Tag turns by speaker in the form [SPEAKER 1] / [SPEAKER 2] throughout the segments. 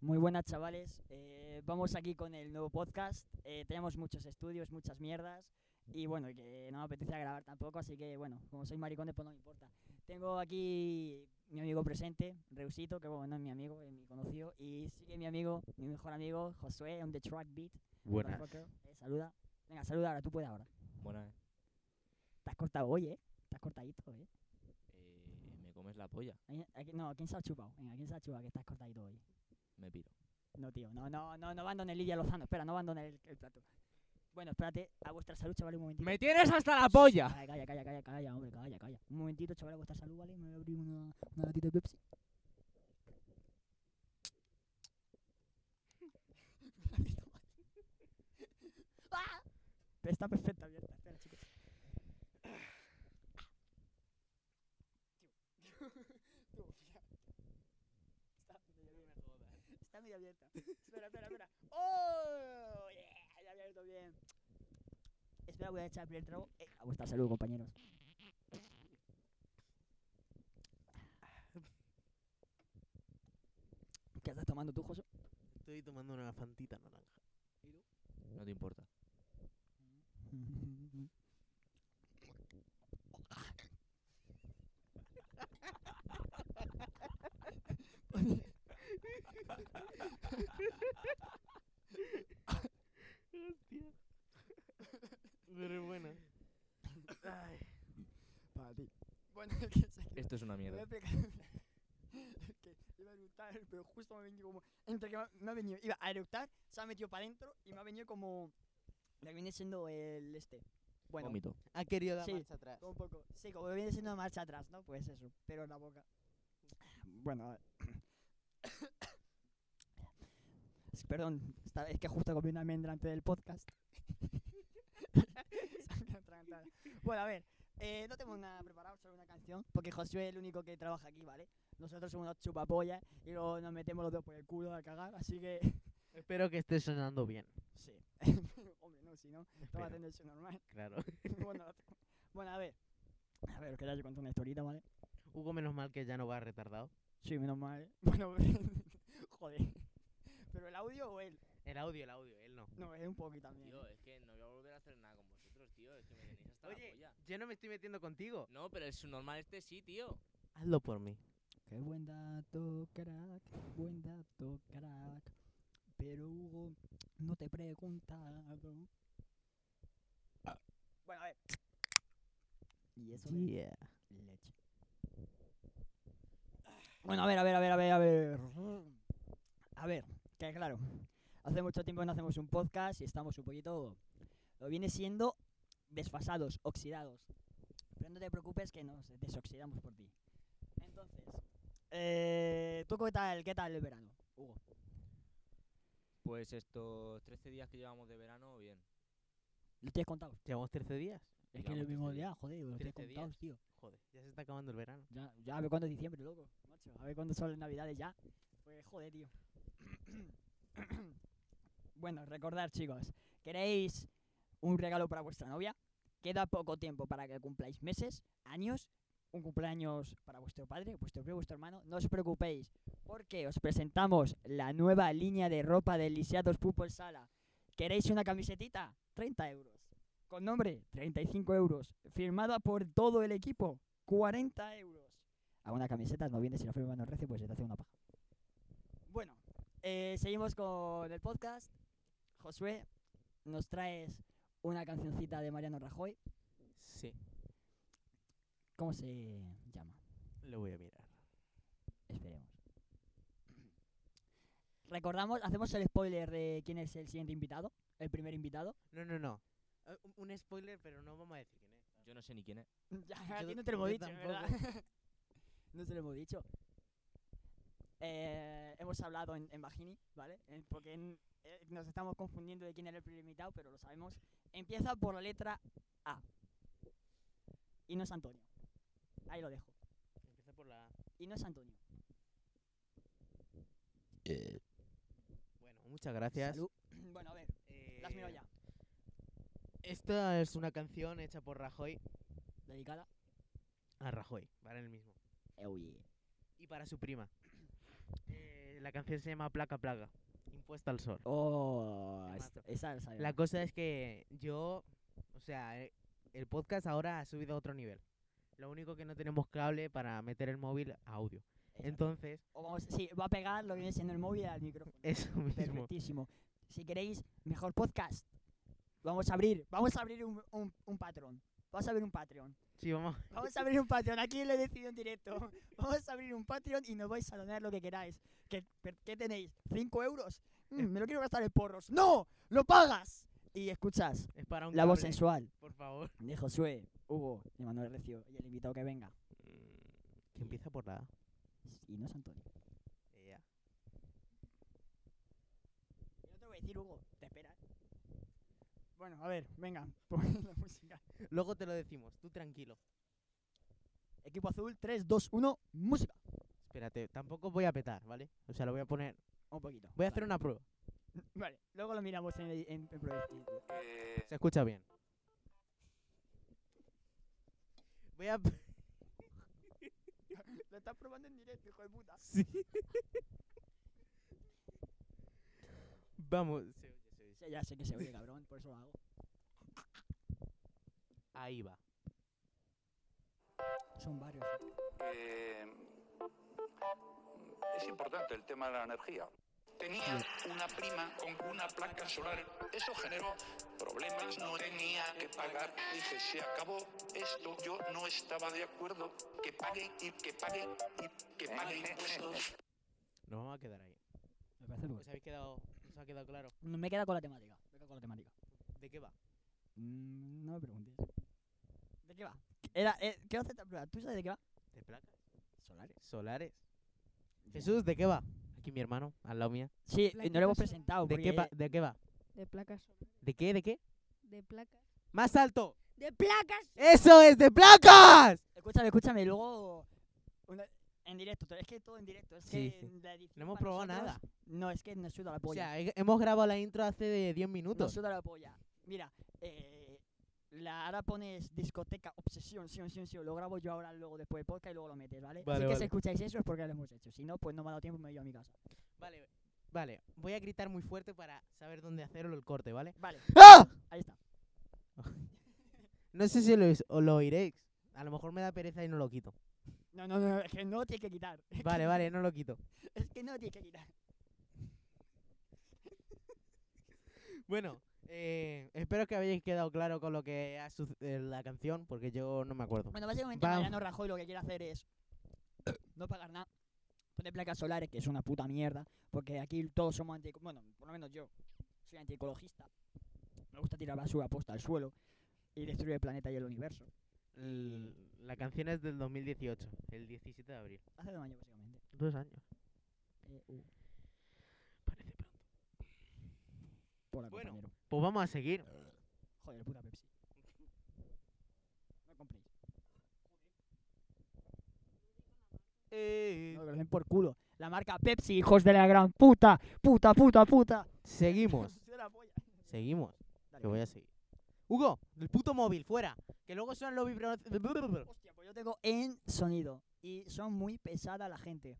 [SPEAKER 1] Muy buenas chavales, Eh, vamos aquí con el nuevo podcast. Eh, tenemos muchos estudios, muchas mierdas y bueno, y que no me apetece grabar tampoco, así que bueno, como soy maricón pues no me importa. Tengo aquí mi amigo presente, Reusito, que bueno, no es mi amigo, es mi conocido, y sigue mi amigo, mi mejor amigo, Josué, on the track beat.
[SPEAKER 2] Buenas.
[SPEAKER 1] motherfucker. Eh, saluda. Venga, saluda ahora, tú puedes ahora.
[SPEAKER 3] Buenas.
[SPEAKER 1] Te has cortado hoy, ¿eh? Te has cortadito, ¿eh?
[SPEAKER 3] Eh, me comes la polla,
[SPEAKER 1] ¿A quién- a quién- no, ¿a quién se ha chupado? Venga, ¿a quién se ha chupado que estás cortadito hoy?
[SPEAKER 3] me piro.
[SPEAKER 1] No, tío, no, no, no, no abandones Lidia Lozano, espera, no abandones el, el plato. Bueno, espérate, a vuestra salud, chaval, un momentito.
[SPEAKER 2] Me tienes hasta la polla.
[SPEAKER 1] Calla, calla, calla, calla, calla, hombre, calla, calla. Un momentito, chaval, a vuestra salud, ¿vale? Me voy a abrir una, una latita de Pepsi. ¡Ah! Está perfecta abierta, espera, chicos. Está medio abierta. Espera, espera, espera. ¡Oh! Yeah, ya había abierto bien. Espera, voy a echar el primer trago. Eh, a vuestra salud, compañeros. ¿Qué estás tomando tú, José?
[SPEAKER 4] Estoy tomando una fantita naranja.
[SPEAKER 3] No te importa.
[SPEAKER 4] Pero buena. Ay.
[SPEAKER 1] Para ti. Bueno, es que se-
[SPEAKER 3] Esto es una
[SPEAKER 1] Voy a
[SPEAKER 3] mierda.
[SPEAKER 1] explicar- Es que iba a eructar, pero justo me ha venido como. Entre que me ha- me ha venido. Iba a eructar, se ha metido para adentro y me ha venido como. Lo que viene siendo el este. Bueno,
[SPEAKER 3] Vómito.
[SPEAKER 4] Ha Ah, querido dar
[SPEAKER 1] Sí.
[SPEAKER 4] marcha atrás.
[SPEAKER 1] como un poco. Sí, como viene siendo de marcha atrás, ¿no? Pues eso, pero en la boca. Bueno, a ver. Es- Perdón, esta- es que justo comí una almendra antes del podcast. Se me quedó atragantada. bueno, a ver, eh, no tenemos nada preparado, solo una canción, porque Josué es el único que trabaja aquí, ¿vale? Nosotros somos unos chupapollas y luego nos metemos los dos por el culo a cagar, así que...
[SPEAKER 4] Espero que esté sonando bien.
[SPEAKER 1] Sí. Hombre, no, si no, estaba
[SPEAKER 4] Espero.
[SPEAKER 1] haciendo eso normal.
[SPEAKER 4] Claro.
[SPEAKER 1] bueno, bueno, a ver. A ver, os quería yo contar una historita, ¿vale?
[SPEAKER 4] Hugo, menos mal que ya no va retardado.
[SPEAKER 1] Sí, menos mal. Bueno, joder. ¿Pero el audio o él?
[SPEAKER 4] El audio, el audio, él no.
[SPEAKER 1] No, es un poquito también.
[SPEAKER 3] es que no voy a volver a hacer nada con vosotros, tío. Es que me tenéis hasta
[SPEAKER 4] Oye, yo no me estoy metiendo contigo.
[SPEAKER 3] No, pero es normal este sí, tío.
[SPEAKER 4] Hazlo por mí.
[SPEAKER 1] Qué buen dato, crack. Buen dato, crack. Pero Hugo, no te he preguntado. Bueno, a ver. Y eso de leche. Bueno, a ver, a ver, a ver, a ver, a ver. A ver, que claro. Hace mucho tiempo que no hacemos un podcast y estamos un poquito. Lo viene siendo desfasados, oxidados. Pero no te preocupes que nos desoxidamos por ti. Entonces, eh, ¿tú qué tal, qué tal el verano, Hugo?
[SPEAKER 3] Pues estos 13 días que llevamos de verano, bien.
[SPEAKER 1] ¿Lo tienes contado?
[SPEAKER 4] Llevamos 13 días.
[SPEAKER 1] Es que
[SPEAKER 3] Llevamos
[SPEAKER 1] lo mismo
[SPEAKER 3] 13 días.
[SPEAKER 1] día, joder, lo tienes
[SPEAKER 4] 13
[SPEAKER 1] contado,
[SPEAKER 4] días.
[SPEAKER 1] tío.
[SPEAKER 4] Joder, ya se está acabando el verano.
[SPEAKER 1] Ya, ya, a ver cuándo es diciembre, loco, macho. A ver cuándo son las navidades ya. Pues joder, tío. bueno, recordar, chicos, ¿queréis un regalo para vuestra novia? Queda poco tiempo para que cumpláis meses, años, un cumpleaños para vuestro padre, vuestro primo, vuestro hermano. No os preocupéis, porque os presentamos la nueva línea de ropa de Lisiados Fútbol Sala. ¿Queréis una camisetita? 30 euros. Con nombre, 35 euros. Firmada por todo el equipo, 40 euros. A una camiseta, no viene si la firma no rece, pues se te hace una paja. Bueno, eh, seguimos con el podcast. Josué, nos traes una cancioncita de Mariano Rajoy.
[SPEAKER 4] Sí,
[SPEAKER 1] ¿Cómo se llama?
[SPEAKER 4] lo voy a mirar.
[SPEAKER 1] Esperemos. Recordamos, hacemos el spoiler de quién es el siguiente invitado, el primer invitado.
[SPEAKER 4] No, no, no. Eh, un- Un spoiler, pero no vamos a decir quién es.
[SPEAKER 3] Yo no sé ni quién es.
[SPEAKER 1] Ya, a
[SPEAKER 4] Yo
[SPEAKER 1] ti no te lo hemos
[SPEAKER 4] yo
[SPEAKER 1] dicho, ¿verdad? no te lo hemos dicho. Eh, hemos hablado en, en Bajini, ¿vale? Eh, porque en- eh, nos estamos confundiendo de quién era el primer invitado, pero lo sabemos. Empieza por la letra A. Y no es Antonio. Ahí lo dejo.
[SPEAKER 4] Empieza por la A.
[SPEAKER 1] Y no es Antonio.
[SPEAKER 4] Muchas gracias.
[SPEAKER 1] Salud. Bueno, a ver, las miro
[SPEAKER 4] Eh,
[SPEAKER 1] ya.
[SPEAKER 4] Esta es una canción hecha por Rajoy
[SPEAKER 1] Dedicada.
[SPEAKER 4] a Rajoy, para el mismo.
[SPEAKER 1] Eh,
[SPEAKER 4] Y para su prima. Eh, la canción se llama Placa Placa, impuesta al sol.
[SPEAKER 1] Oh,
[SPEAKER 4] Te
[SPEAKER 1] esta-
[SPEAKER 4] mato.
[SPEAKER 1] esa la sabía.
[SPEAKER 4] La cosa es que yo, o sea, eh, el podcast ahora ha subido a otro nivel. Lo único que no tenemos cable para meter el móvil a audio.
[SPEAKER 1] Exacto.
[SPEAKER 4] Entonces,
[SPEAKER 1] O vamos, sí, va a pegar lo que viene siendo el móvil al micrófono.
[SPEAKER 4] eso mismo.
[SPEAKER 1] Perfectísimo. Si queréis, mejor podcast. Vamos a abrir, vamos a abrir un, un, un Patreon. Vamos a abrir un Patreon.
[SPEAKER 4] Sí, vamos.
[SPEAKER 1] Vamos a abrir un Patreon. Aquí lo he decidido en directo. Vamos a abrir un Patreon y nos vais a donar lo que queráis. ¿Qué, per- qué tenéis? ¿Cinco euros? Mm, me lo quiero gastar en porros. ¡No! ¡Lo pagas! Y escuchas
[SPEAKER 4] Es para un
[SPEAKER 1] la voz
[SPEAKER 4] cable,
[SPEAKER 1] sensual
[SPEAKER 4] Por favor.
[SPEAKER 1] de Josué, Hugo y Manuel Recio y el invitado que venga.
[SPEAKER 4] Que empieza por la A.
[SPEAKER 1] Y no es Antonio.
[SPEAKER 4] Ella.
[SPEAKER 1] Yo te voy a decir, Hugo, te esperas. Bueno, a ver, venga, pon la música.
[SPEAKER 4] Luego te lo decimos, tú tranquilo.
[SPEAKER 1] Equipo azul, 3, 2, 1, música.
[SPEAKER 4] Espérate, tampoco voy a petar, ¿vale? O sea, lo voy a poner.
[SPEAKER 1] Un poquito.
[SPEAKER 4] Voy a hacer una prueba.
[SPEAKER 1] Vale, luego lo miramos en, el- en, en proyectil.
[SPEAKER 4] Se escucha bien. Voy a.
[SPEAKER 1] Lo estás probando en directo, hijo de puta.
[SPEAKER 4] Sí. Vamos. se oye, se oye.
[SPEAKER 1] Sí, ya sé que se oye, cabrón, por eso lo hago.
[SPEAKER 4] Ahí va.
[SPEAKER 1] Son varios.
[SPEAKER 2] Eh, es importante el tema de la energía.
[SPEAKER 5] Tenía una prima con una placa solar. Eso generó problemas, no tenía que pagar. Dije, se acabó esto. Yo no estaba de acuerdo. Que paguen y que paguen y que paguen impuestos.
[SPEAKER 4] Nos vamos a quedar ahí.
[SPEAKER 1] Me parece
[SPEAKER 4] ¿Os habéis quedado? ¿Os ha quedado claro?
[SPEAKER 1] No me queda con la temática. Me queda con la temática.
[SPEAKER 4] ¿De qué va?
[SPEAKER 1] Mm, no me preguntes. ¿De qué va? Era, eh, quiero hacer esta prueba. ¿Tú sabes de qué va?
[SPEAKER 4] ¿De placas?
[SPEAKER 1] Solares.
[SPEAKER 4] Solares. Jesús, ¿de qué va? Aquí mi hermano, al lado mía.
[SPEAKER 1] Sí, eh, no lo hemos
[SPEAKER 6] Plaquetas.
[SPEAKER 1] presentado.
[SPEAKER 4] ¿De qué,
[SPEAKER 1] porque-
[SPEAKER 4] va- ¿De qué va?
[SPEAKER 6] De placas.
[SPEAKER 4] ¿De qué? ¿De qué?
[SPEAKER 6] De placas.
[SPEAKER 4] ¡Más alto!
[SPEAKER 6] ¡De placas!
[SPEAKER 4] ¡Eso es de placas!
[SPEAKER 1] Escúchame, escúchame, luego. una- en directo, pero es que todo en directo. Es
[SPEAKER 4] Sí,
[SPEAKER 1] que
[SPEAKER 4] sí.
[SPEAKER 1] la edición
[SPEAKER 4] No hemos
[SPEAKER 1] para
[SPEAKER 4] probado
[SPEAKER 1] nosotros-
[SPEAKER 4] nada.
[SPEAKER 1] No, es que nos suda la
[SPEAKER 4] O
[SPEAKER 1] polla.
[SPEAKER 4] sea, he- hemos grabado la intro hace de 10
[SPEAKER 1] nos
[SPEAKER 4] minutos.
[SPEAKER 1] suda la polla. Mira, eh, la, ahora pones discoteca, obsesión, sí, sí, sí. Lo grabo yo ahora, luego después de podcast y luego lo metes, ¿vale?
[SPEAKER 4] Vale,
[SPEAKER 1] Así que
[SPEAKER 4] vale.
[SPEAKER 1] si escucháis eso es porque lo hemos hecho. Si no, pues no me ha dado tiempo y me he ido a mi casa.
[SPEAKER 4] Vale, vale. Voy a gritar muy fuerte para saber dónde hacerlo el corte, ¿vale?
[SPEAKER 1] Vale,
[SPEAKER 4] ¡Ah!
[SPEAKER 1] ahí está.
[SPEAKER 4] No sé si lo, ois- o lo oiréis. A lo mejor me da pereza y no lo quito.
[SPEAKER 1] No, no, no, es que no tienes que quitar.
[SPEAKER 4] Vale, vale, no lo quito.
[SPEAKER 1] Es que no tienes que quitar.
[SPEAKER 4] Bueno, eh, espero que habéis quedado claro con lo que ha suc- eh, la canción, porque yo no me acuerdo.
[SPEAKER 1] Bueno, básicamente
[SPEAKER 4] Vamos.
[SPEAKER 1] Mariano Rajoy lo que quiere hacer es no pagar nada, poner placas solares, que es una puta mierda, porque aquí todos somos anti... Bueno, por lo menos yo soy antiecologista. Me gusta tirar basura puesta al suelo y destruir el planeta y el universo.
[SPEAKER 4] L- La canción es del 2018, el 17 de abril.
[SPEAKER 1] Hace dos años, básicamente.
[SPEAKER 4] Dos años.
[SPEAKER 1] Eh, uh,
[SPEAKER 4] Parece pronto.
[SPEAKER 1] por la
[SPEAKER 4] Bueno.
[SPEAKER 1] compañero.
[SPEAKER 4] Pues vamos a seguir.
[SPEAKER 1] Joder, puta Pepsi. No compréis.
[SPEAKER 4] Eh,
[SPEAKER 1] No, que lo den por culo. La marca Pepsi, hijos de la gran puta. Puta, puta, puta.
[SPEAKER 4] Seguimos,
[SPEAKER 1] Se la polla.
[SPEAKER 4] seguimos.
[SPEAKER 1] Dale,
[SPEAKER 4] Que voy a seguir. Hugo, el puto móvil, fuera. Que luego son los vibradores.
[SPEAKER 1] Hostia, pues yo tengo en sonido. Y son muy pesada la gente.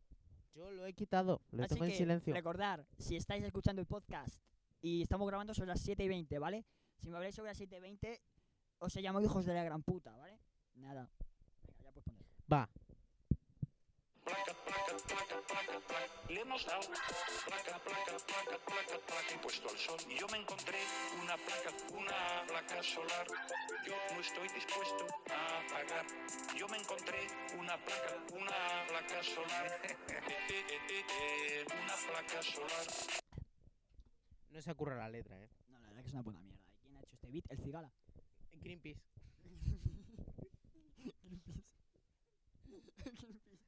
[SPEAKER 4] Yo lo he quitado, lo
[SPEAKER 1] Así
[SPEAKER 4] tengo en
[SPEAKER 1] que,
[SPEAKER 4] silencio.
[SPEAKER 1] Recordar, si estáis escuchando el podcast y estamos grabando sobre las 7 y 20, ¿vale? Si me habláis sobre las 7 y 20, os llamo hijos de la gran puta, ¿vale? Nada. Venga, ya puedes poner.
[SPEAKER 4] Va.
[SPEAKER 5] Placa, placa, placa, placa, placa. Le hemos dado placa, placa, placa, placa, placa impuesto al sol. Y yo me encontré una placa, una placa solar. Yo no estoy dispuesto a pagar. Yo me encontré una placa, una placa solar. Eh, eh, eh, eh, eh, una placa solar.
[SPEAKER 4] No se ocurre la letra, eh.
[SPEAKER 1] No, la verdad que es una puta mierda. ¿Y quién ha hecho este beat? El cigala.
[SPEAKER 4] Greenpeace.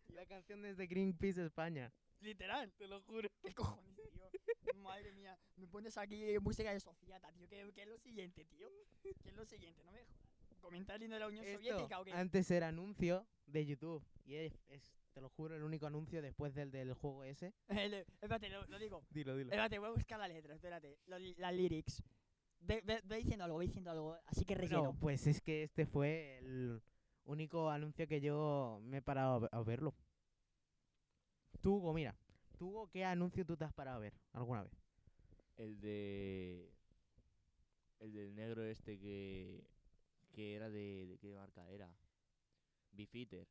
[SPEAKER 4] La canción es de Greenpeace España.
[SPEAKER 1] Literal, te lo juro. ¿Qué cojones, tío? Madre mía, me pones aquí música de Sociata, tío. ¿Qué, qué es lo siguiente, tío? ¿Qué es lo siguiente? No me jodas. ¿Comentar el himno de la Unión
[SPEAKER 4] Esto
[SPEAKER 1] Soviética o qué?
[SPEAKER 4] antes era anuncio de YouTube. Y es, es- te lo juro, el único anuncio después del del juego ese.
[SPEAKER 1] El- espérate, lo, lo digo.
[SPEAKER 4] Dilo, dilo.
[SPEAKER 1] Espérate, voy a buscar la letra, espérate. Lo- las lyrics. Ve, ve- ve diciendo algo, ve diciendo algo. Así que relleno.
[SPEAKER 4] No, pues es que este fue el único anuncio que yo me he parado a ve- a verlo. Tú, Hugo, mira. Tú, Hugo, ¿qué anuncio tú te has parado a ver alguna vez?
[SPEAKER 3] El de. El del negro este que. Que era de. ¿De qué marca era? Bifitter.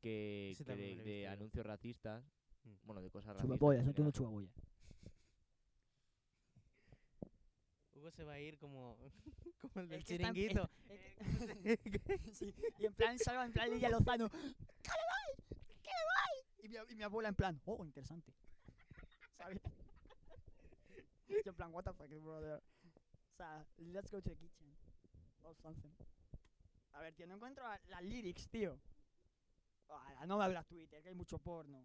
[SPEAKER 3] Que.
[SPEAKER 4] Ese
[SPEAKER 3] que
[SPEAKER 4] también
[SPEAKER 3] de,
[SPEAKER 4] me lo he
[SPEAKER 3] de
[SPEAKER 4] visto yo.
[SPEAKER 3] anuncios racistas.
[SPEAKER 4] Mm.
[SPEAKER 3] Bueno, de cosas racistas.
[SPEAKER 1] Chupapolla,
[SPEAKER 3] en
[SPEAKER 1] son todos
[SPEAKER 3] general.
[SPEAKER 1] chupapolla.
[SPEAKER 4] Hugo se va a ir como, como el del
[SPEAKER 1] Es que está en-
[SPEAKER 4] chiringuito.
[SPEAKER 1] es- Sí, y en plan salva, en plan Lidia Lozano. ¡Que me voy! ¡Que me voy! Y mi, ab- y mi abuela en plan, oh, interesante. ¿Sabes? Yo en plan, what the fuck, brother. O sea, let's go to the kitchen. Or something. A ver, tío, no encuentro a- las lyrics, tío. Ah, no me hablas Twitter, que hay mucho porno.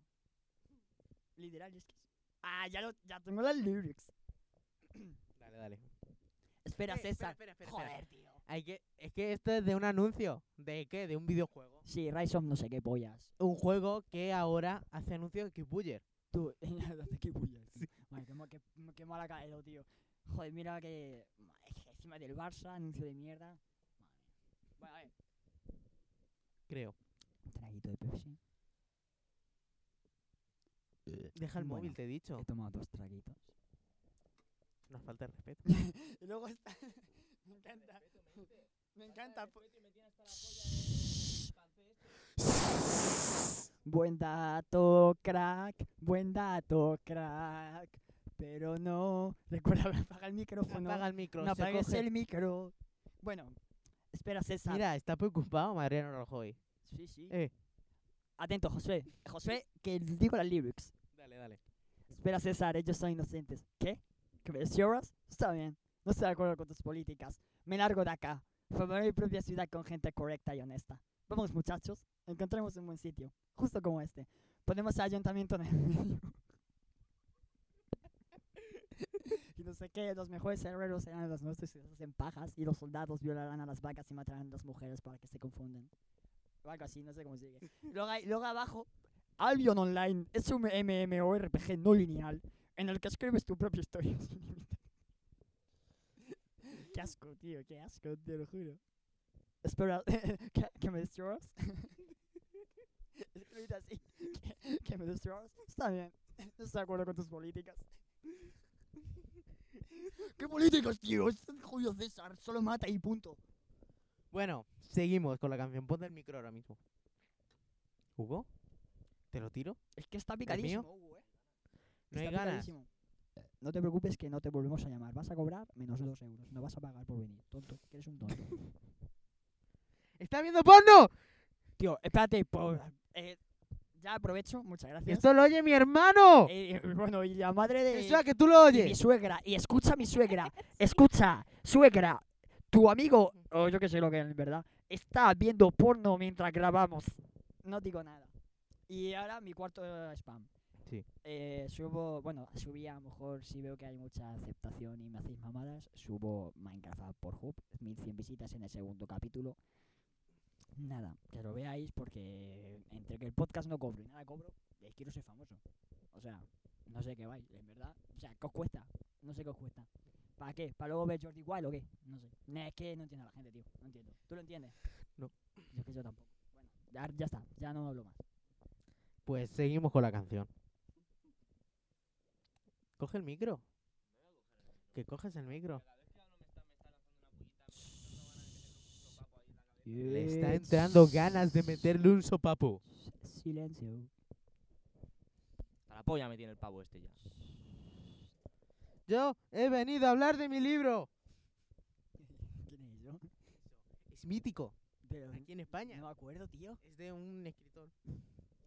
[SPEAKER 1] Literal, es que... es- Ah, ya, lo, ya tengo las lyrics.
[SPEAKER 4] Dale, dale.
[SPEAKER 1] Espera,
[SPEAKER 4] Eh,
[SPEAKER 1] César.
[SPEAKER 4] espera, espera, espera.
[SPEAKER 1] Joder, tío.
[SPEAKER 4] Hay que, es que esto es de un anuncio. ¿De qué? De un videojuego.
[SPEAKER 1] Sí, Rise of no sé qué pollas.
[SPEAKER 4] Un juego que ahora hace anuncios de Buller.
[SPEAKER 1] Tú, en la verdad, qué bulla. Madre, qué, ma- qué, qué mal ha caído, tío. Joder, mira que. madre, que Encima del Barça, anuncio de mierda. Madre mía. Bueno, a ver.
[SPEAKER 4] creo.
[SPEAKER 1] Un traguito de Pepsi.
[SPEAKER 4] Deja el
[SPEAKER 1] Bueno,
[SPEAKER 4] móvil, te he dicho.
[SPEAKER 1] He tomado dos traguitos.
[SPEAKER 4] Nos falta el respeto.
[SPEAKER 1] Y luego está. me encanta. Me encanta. pues. po- Buen dato, crack. Buen dato, crack. Pero no. Recuerda apagar el micrófono.
[SPEAKER 4] Apaga el micro.
[SPEAKER 1] No
[SPEAKER 4] se
[SPEAKER 1] apagues
[SPEAKER 4] coge-
[SPEAKER 1] el micro. Bueno, espera, César.
[SPEAKER 4] Mira, está preocupado Mariano Rajoy.
[SPEAKER 1] Sí, sí.
[SPEAKER 4] Eh.
[SPEAKER 1] Atento, Josué. Josué, que digo las lyrics.
[SPEAKER 4] Dale, dale.
[SPEAKER 1] Espera, César, eh, ellos son inocentes. ¿Qué? ¿Que me deshonras? Está bien. No estoy de acuerdo con tus políticas. Me largo de acá. Formaré mi propia ciudad con gente correcta y honesta. Vamos, muchachos. Encontremos un buen sitio. Justo como este. Ponemos al ayuntamiento en el medio. y no sé qué, los mejores herreros serán los nuestros y se hacen pajas. Y los soldados violarán a las vacas y matarán a las mujeres para que se confunden. O algo así, no sé cómo sigue. Luego, hay- luego abajo, Albion Online es un MMORPG no lineal en el que escribes tu propia historia. sin límite. qué asco, tío, qué asco, te lo juro. Espera, ¿que, que me destrozas? Escribiste así, ¿que, que me destrozas? Está bien, no estoy de acuerdo con tus políticas. ¿Qué políticas, tío? Este jodido César solo mata y punto.
[SPEAKER 4] Bueno, seguimos con la canción. Ponte el micro ahora mismo. ¿Hugo? ¿Te lo tiro?
[SPEAKER 1] Es que está
[SPEAKER 4] picadísimo,
[SPEAKER 1] picadísimo, Hugo, eh.
[SPEAKER 4] No hay
[SPEAKER 1] Está
[SPEAKER 4] ganas.
[SPEAKER 1] picadísimo. Eh, No te preocupes que no te volvemos a llamar. Vas a cobrar menos dos euros. No vas a pagar por venir. Tonto, que eres un tonto.
[SPEAKER 4] ¡Está viendo porno!
[SPEAKER 1] Tío, espérate, por... eh, ya aprovecho, muchas gracias.
[SPEAKER 4] ¡Esto lo oye mi hermano!
[SPEAKER 1] Eh, eh, bueno, y la madre de
[SPEAKER 4] ¡Eso a que tú lo
[SPEAKER 1] y mi
[SPEAKER 4] oyes!
[SPEAKER 1] suegra, y escucha a mi suegra, escucha, suegra, tu amigo, o yo que sé lo que es, ¿verdad? Está viendo porno mientras grabamos. No digo nada. Y ahora mi cuarto eh, spam.
[SPEAKER 4] Sí.
[SPEAKER 1] Eh, subo, bueno, subí a lo mejor si veo que hay mucha aceptación y me hacéis mamadas, subo Minecraft por Hub, 1100 visitas en el segundo capítulo. Nada, que lo veáis porque entre que el podcast no cobro y nada cobro, eh, quiero ser famoso. O sea, no sé qué vais, en verdad. O sea, ¿qué os cuesta? No sé qué os cuesta. ¿Para qué? ¿Para luego ver Jordi Wild o qué? No sé. Nah, es que no entiendo a la gente, tío. No entiendo. ¿Tú lo entiendes?
[SPEAKER 4] No.
[SPEAKER 1] Yo que yo tampoco. Bueno, ya, ya está. Ya no hablo más.
[SPEAKER 4] Pues seguimos con la canción. Coge el micro. Que coges el micro. Le está entrando ganas de meterle un sopapo.
[SPEAKER 1] Silencio.
[SPEAKER 3] A la polla me tiene el pavo este ya.
[SPEAKER 4] Yo he venido a hablar de mi libro.
[SPEAKER 1] ¿Quién es yo?
[SPEAKER 4] Es mítico.
[SPEAKER 1] Pero
[SPEAKER 4] Aquí en España.
[SPEAKER 1] no me acuerdo, tío.
[SPEAKER 4] Es de un escritor.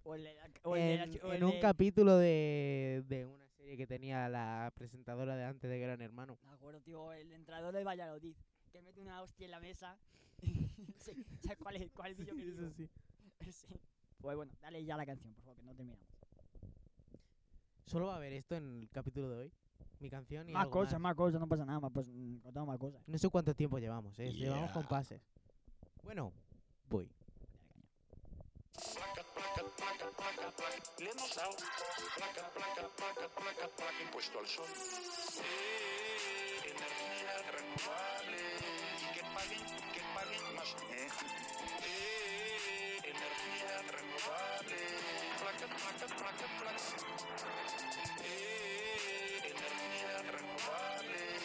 [SPEAKER 1] O el de la- o el de la
[SPEAKER 4] En,
[SPEAKER 1] chi- o
[SPEAKER 4] en
[SPEAKER 1] el
[SPEAKER 4] un
[SPEAKER 1] de-
[SPEAKER 4] capítulo de, de una serie que tenía la presentadora de antes de Gran Hermano.
[SPEAKER 1] Me acuerdo, tío, el entrador de Valladolid. Que mete una hostia en la mesa. sí, ¿sabes cuál es? ¿Cuál es el vídeo que digo? Sí. Pues bueno, dale ya la canción, por favor, que no terminamos.
[SPEAKER 4] Solo va a haber esto en el capítulo de hoy. Mi canción y
[SPEAKER 1] Más
[SPEAKER 4] algo
[SPEAKER 1] cosas,
[SPEAKER 4] más.
[SPEAKER 1] más cosas, no pasa nada, más, pues mm, contamos más cosas.
[SPEAKER 4] No sé cuánto tiempo llevamos, ¿eh? Llevamos con pases. Bueno, voy.
[SPEAKER 5] placa, placa, placa, placa, placa. Le hemos dado placa, placa, placa, placa, placa, impuesto al sol. Eh, energías renovables, que paguen, que paguen más. Eh, eh, energías renovables, placa, placa, placa, placa. Eh, energías renovables,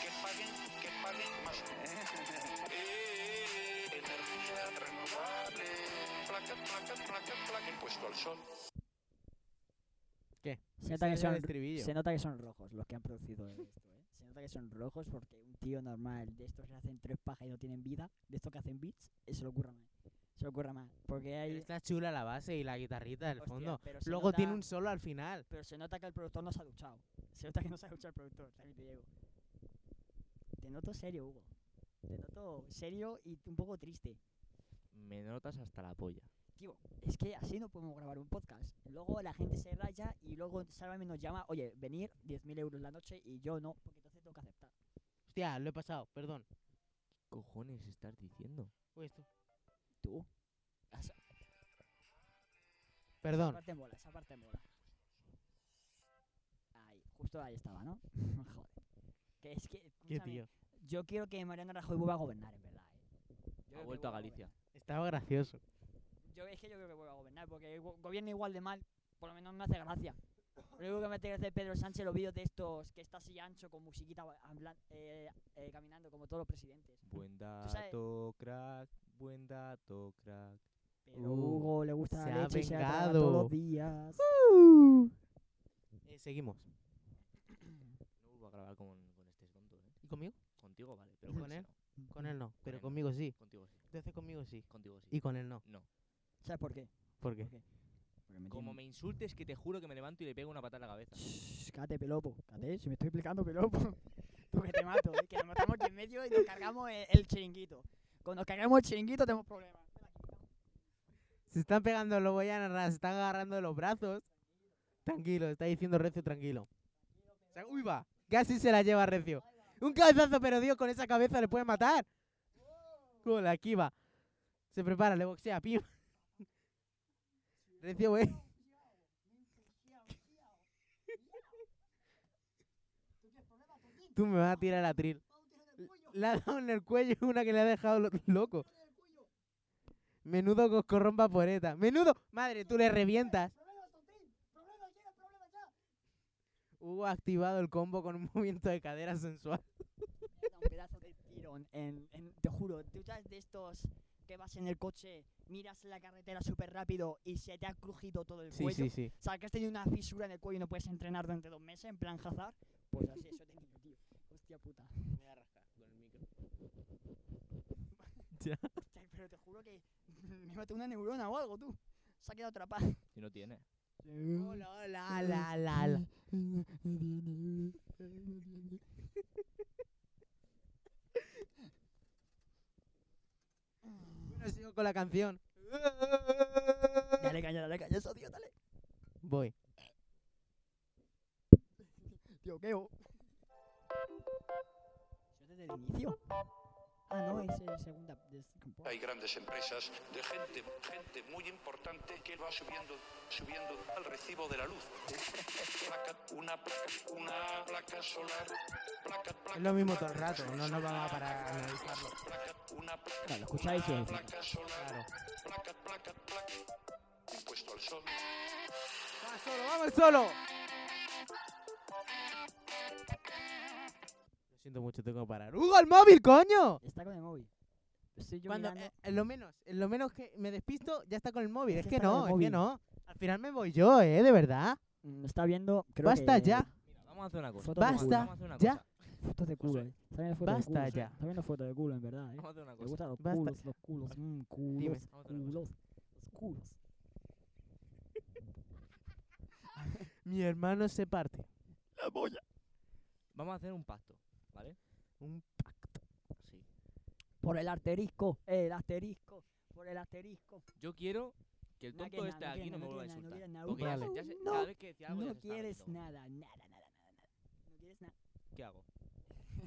[SPEAKER 5] que paguen, que paguen más. Eh, eh, energías renovables, placa, placa, placa, placa, impuesto al sol.
[SPEAKER 1] Se nota, que
[SPEAKER 4] Ese era el
[SPEAKER 1] son,
[SPEAKER 4] estribillo.
[SPEAKER 1] se nota que son rojos los que han producido esto, ¿eh? Se nota que son rojos porque un tío normal de estos que hacen tres pajas y no tienen vida, de estos que hacen beats, eh, se lo ocurra mal. Se lo ocurra mal. Porque hay.
[SPEAKER 4] Está chula la base y la guitarrita del
[SPEAKER 1] Hostia,
[SPEAKER 4] fondo.
[SPEAKER 1] pero se
[SPEAKER 4] Luego tiene
[SPEAKER 1] nota-
[SPEAKER 4] un solo al final.
[SPEAKER 1] Pero se nota que el productor no se ha duchado. Se nota que no se ha duchado el productor, también te digo. Te noto serio, Hugo. Te noto serio y un poco triste.
[SPEAKER 3] Me notas hasta la polla.
[SPEAKER 1] Tío, es que así no podemos grabar un podcast. Luego la gente se raya y luego Sálvame nos llama, oye, venir 10.000 euros la noche y yo no, porque entonces tengo que aceptar.
[SPEAKER 4] Hostia, lo he pasado, perdón.
[SPEAKER 3] cojones estás diciendo?
[SPEAKER 4] Uy, esto-
[SPEAKER 1] Tú. Has- Esa
[SPEAKER 4] Perdón.
[SPEAKER 1] parte mola, esa parte mola. Ahí, justo ahí estaba, ¿no? Joder. Que es que,
[SPEAKER 4] Qué
[SPEAKER 1] escúchame,
[SPEAKER 4] tío.
[SPEAKER 1] yo quiero que Mariano Rajoy vuelva a gobernar, en verdad. ¿eh? Yo creo
[SPEAKER 3] Ha
[SPEAKER 1] que
[SPEAKER 3] vuelto a
[SPEAKER 1] vuelva
[SPEAKER 3] Galicia.
[SPEAKER 4] Estaba gracioso.
[SPEAKER 1] gobernar. Yo, es que yo creo que vuelva a gobernar, porque go- gobierna igual de mal, por lo menos me hace gracia. Lo único que me hace gracia es Pedro Sánchez, los vídeos de estos que está así ancho, con musiquita ba- hablan- eh, eh, caminando, como todos los presidentes.
[SPEAKER 3] Buen
[SPEAKER 1] sabes-
[SPEAKER 3] dato, crack. Buen dato, crack.
[SPEAKER 1] Pero
[SPEAKER 4] Uh,
[SPEAKER 1] Hugo le gusta
[SPEAKER 4] se
[SPEAKER 1] la
[SPEAKER 4] ha
[SPEAKER 1] leche y se la traga todos
[SPEAKER 4] vengado.
[SPEAKER 1] los días.
[SPEAKER 4] Eh, seguimos.
[SPEAKER 3] No vuelvo a grabar con, con este tonto, ¿eh?
[SPEAKER 4] ¿Y conmigo?
[SPEAKER 3] Contigo vale, pero
[SPEAKER 4] ¿Con
[SPEAKER 3] ese
[SPEAKER 4] él?
[SPEAKER 3] no.
[SPEAKER 4] Con él no, pero
[SPEAKER 3] él no.
[SPEAKER 4] conmigo sí.
[SPEAKER 3] Contigo sí.
[SPEAKER 4] Entonces conmigo sí.
[SPEAKER 3] Contigo sí.
[SPEAKER 4] Y con él no.
[SPEAKER 3] No.
[SPEAKER 1] ¿Sabes por qué?
[SPEAKER 4] ¿Por qué?
[SPEAKER 1] Porque me
[SPEAKER 3] Como
[SPEAKER 1] tiene-
[SPEAKER 3] me insultes que te juro que me levanto y le pego una patada en la cabeza.
[SPEAKER 1] Shh, cállate, pelopo. Cállate, si me estoy explicando, pelopo. Tú que te mato, ¿eh? que nos matamos aquí en medio y nos cargamos el, el chiringuito. Cuando nos cargamos el chiringuito tenemos problemas.
[SPEAKER 4] Se están pegando, lo voy a narrar, se están agarrando de los brazos. Tranquilo, está diciendo Recio, tranquilo. O sea, uy, va. Casi se la lleva Recio. Un cabezazo, pero Dios, con esa cabeza le puede matar. Gol, aquí va. Se prepara, le boxea, pim. Recio, güey. Tú me vas a tirar la tril. Le ha dado en el cuello una que le ha dejado lo- loco. Menudo coscorrón vaporeta. Menudo. Madre, tú le revientas. Hugo ha activado el combo con un movimiento de cadera sensual.
[SPEAKER 1] Me da un pedazo de tirón. En, en- te juro, tú sabes de estos que vas en el coche, miras la carretera súper rápido y se te ha crujido todo el cuello.
[SPEAKER 4] sí.
[SPEAKER 1] O sea, que has tenido una fisura en el cuello y no puedes entrenar durante dos meses, en plan Hazard. Pues así, eso he tenido, tío. Hostia puta.
[SPEAKER 4] Ya.
[SPEAKER 1] Hostia, Pero te juro que me maté una neurona o algo, tú. Se ha quedado atrapada.
[SPEAKER 3] Si no tiene.
[SPEAKER 4] Hola, hola, hola, hola, hola. Bueno, sigo con la canción.
[SPEAKER 1] Dale caña, dale caña, eso, tío, dale.
[SPEAKER 4] Voy.
[SPEAKER 1] Tío, ¿qué? o- Yo desde el inicio. Ah, no, es eh, segunda. de-
[SPEAKER 5] Hay grandes empresas de gente, gente muy importante que va subiendo, subiendo al recibo de la luz. Placa, una placa, una placa solar. Placa, placa,
[SPEAKER 4] Es lo mismo todo
[SPEAKER 5] placa
[SPEAKER 4] el rato, no nos vamos a parar a analizarlo.
[SPEAKER 5] placa, una placa,
[SPEAKER 1] Claro, lo escucháis y
[SPEAKER 5] una
[SPEAKER 1] decís.
[SPEAKER 5] placa solar.
[SPEAKER 4] Claro.
[SPEAKER 5] Placa, placa, placa. Impuesto al sol.
[SPEAKER 4] ¡Vamos solo, vamos solo! Lo siento mucho, tengo que parar. ¡Hugo, el móvil, coño!
[SPEAKER 1] Está con el móvil. Estoy yo
[SPEAKER 4] Cuando,
[SPEAKER 1] mirando.
[SPEAKER 4] eh, en lo menos, en lo menos que me despisto, ya está con el móvil.
[SPEAKER 1] Es
[SPEAKER 4] Es,
[SPEAKER 1] que
[SPEAKER 4] que
[SPEAKER 1] está con el
[SPEAKER 4] no, es que
[SPEAKER 1] móvil.
[SPEAKER 4] no. Al final me voy yo, ¿eh? De verdad.
[SPEAKER 1] Mm, Está viendo. Creo
[SPEAKER 4] Basta
[SPEAKER 1] que-
[SPEAKER 4] ya.
[SPEAKER 3] Mira, vamos a hacer una cosa.
[SPEAKER 1] Foto de
[SPEAKER 4] Basta,
[SPEAKER 3] Vamos a hacer una
[SPEAKER 4] ya.
[SPEAKER 3] cosa.
[SPEAKER 1] Fotos de culo, eh. Está viendo fotos
[SPEAKER 4] Basta
[SPEAKER 1] de culo.
[SPEAKER 4] ya.
[SPEAKER 1] Está viendo fotos de culo, en verdad, eh.
[SPEAKER 3] Vamos a hacer una
[SPEAKER 1] Me
[SPEAKER 3] cosa.
[SPEAKER 1] gustan los
[SPEAKER 4] Basta
[SPEAKER 1] culos, los culos. Mmm, culos,
[SPEAKER 3] Vamos a hacer una cosa.
[SPEAKER 1] culos. Los culos.
[SPEAKER 4] Mi hermano se parte.
[SPEAKER 3] Vamos a hacer un pacto, ¿vale?
[SPEAKER 4] Un
[SPEAKER 3] pacto. Sí.
[SPEAKER 1] Por el asterisco, el asterisco, por el asterisco.
[SPEAKER 3] Yo quiero que el
[SPEAKER 1] No
[SPEAKER 3] tonto
[SPEAKER 1] quiere
[SPEAKER 3] este
[SPEAKER 1] nada, no
[SPEAKER 3] aquí no
[SPEAKER 1] quiere
[SPEAKER 3] me
[SPEAKER 1] nada,
[SPEAKER 3] vuelva a
[SPEAKER 1] no quiere nada, no quiere nada.
[SPEAKER 3] insultar. Porque ya se- ya se-
[SPEAKER 1] No,
[SPEAKER 3] cada vez que decía algo ya
[SPEAKER 1] No
[SPEAKER 3] se estaba
[SPEAKER 1] quieres
[SPEAKER 3] riendo.
[SPEAKER 1] nada, nada, nada, nada, nada. No quieres nada.
[SPEAKER 3] ¿Qué hago?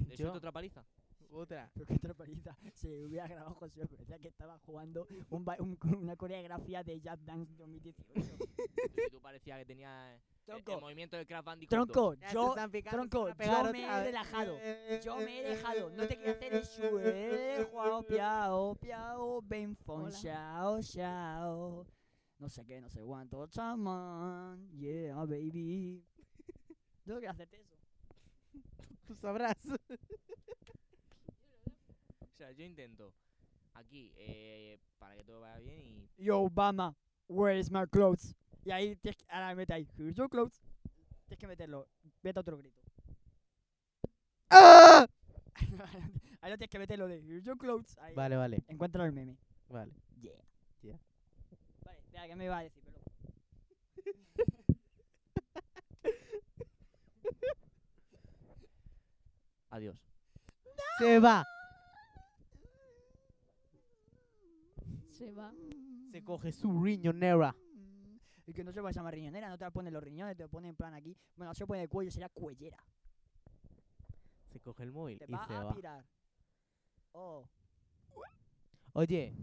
[SPEAKER 3] ¿Le
[SPEAKER 4] Yo-
[SPEAKER 3] suelto otra paliza?
[SPEAKER 4] Otra.
[SPEAKER 1] Pero qué otra paliza. Se hubiera grabado José, parecía que estaba jugando un ba- un- una coreografía de Jazz Dance 2018.
[SPEAKER 3] Y tú parecía que tenía eh, el,
[SPEAKER 1] Tronco,
[SPEAKER 3] movimiento de Crash Bandicoot.
[SPEAKER 1] tronco,
[SPEAKER 4] Ya se
[SPEAKER 1] yo
[SPEAKER 4] están picando,
[SPEAKER 1] tronco,
[SPEAKER 4] se van a pegar
[SPEAKER 1] yo me
[SPEAKER 4] otra
[SPEAKER 1] he
[SPEAKER 4] vez.
[SPEAKER 1] relajado, yo me he dejado, no te quiero hacer eso, eh, Juan piao, piao, ben fon,
[SPEAKER 6] Hola.
[SPEAKER 1] chao, chao, no sé qué, no sé cuánto, chaman, yeah, baby. Yo no quiero hacerte eso.
[SPEAKER 4] Tú sabrás.
[SPEAKER 3] O sea, yo intento aquí eh, para que todo vaya bien y
[SPEAKER 1] Yo, Obama, where is my clothes? Y ahí tienes que, ahora mete ahí, here's your clothes. Tienes que meterlo, vete otro grito.
[SPEAKER 4] ¡Ah!
[SPEAKER 1] ahí no tienes que meterlo de here's your clothes. Ahí.
[SPEAKER 4] Vale, vale,
[SPEAKER 1] Encuentra el meme.
[SPEAKER 4] vale.
[SPEAKER 1] Yeah.
[SPEAKER 4] Yeah.
[SPEAKER 1] Vale, vea, ¿qué me iba a decir? Pero...
[SPEAKER 3] adiós.
[SPEAKER 4] Se va.
[SPEAKER 6] Se va.
[SPEAKER 1] Mm.
[SPEAKER 4] Se coge su riñonera.
[SPEAKER 1] Y que no se puede llamar riñonera, no te la ponen los riñones, te lo ponen en plan aquí. Bueno, no se pone el cuello, será cuellera.
[SPEAKER 4] Se coge el móvil
[SPEAKER 1] Te
[SPEAKER 4] y
[SPEAKER 1] va
[SPEAKER 4] se
[SPEAKER 1] a
[SPEAKER 4] va.
[SPEAKER 1] pirar. Oh.
[SPEAKER 4] Oye,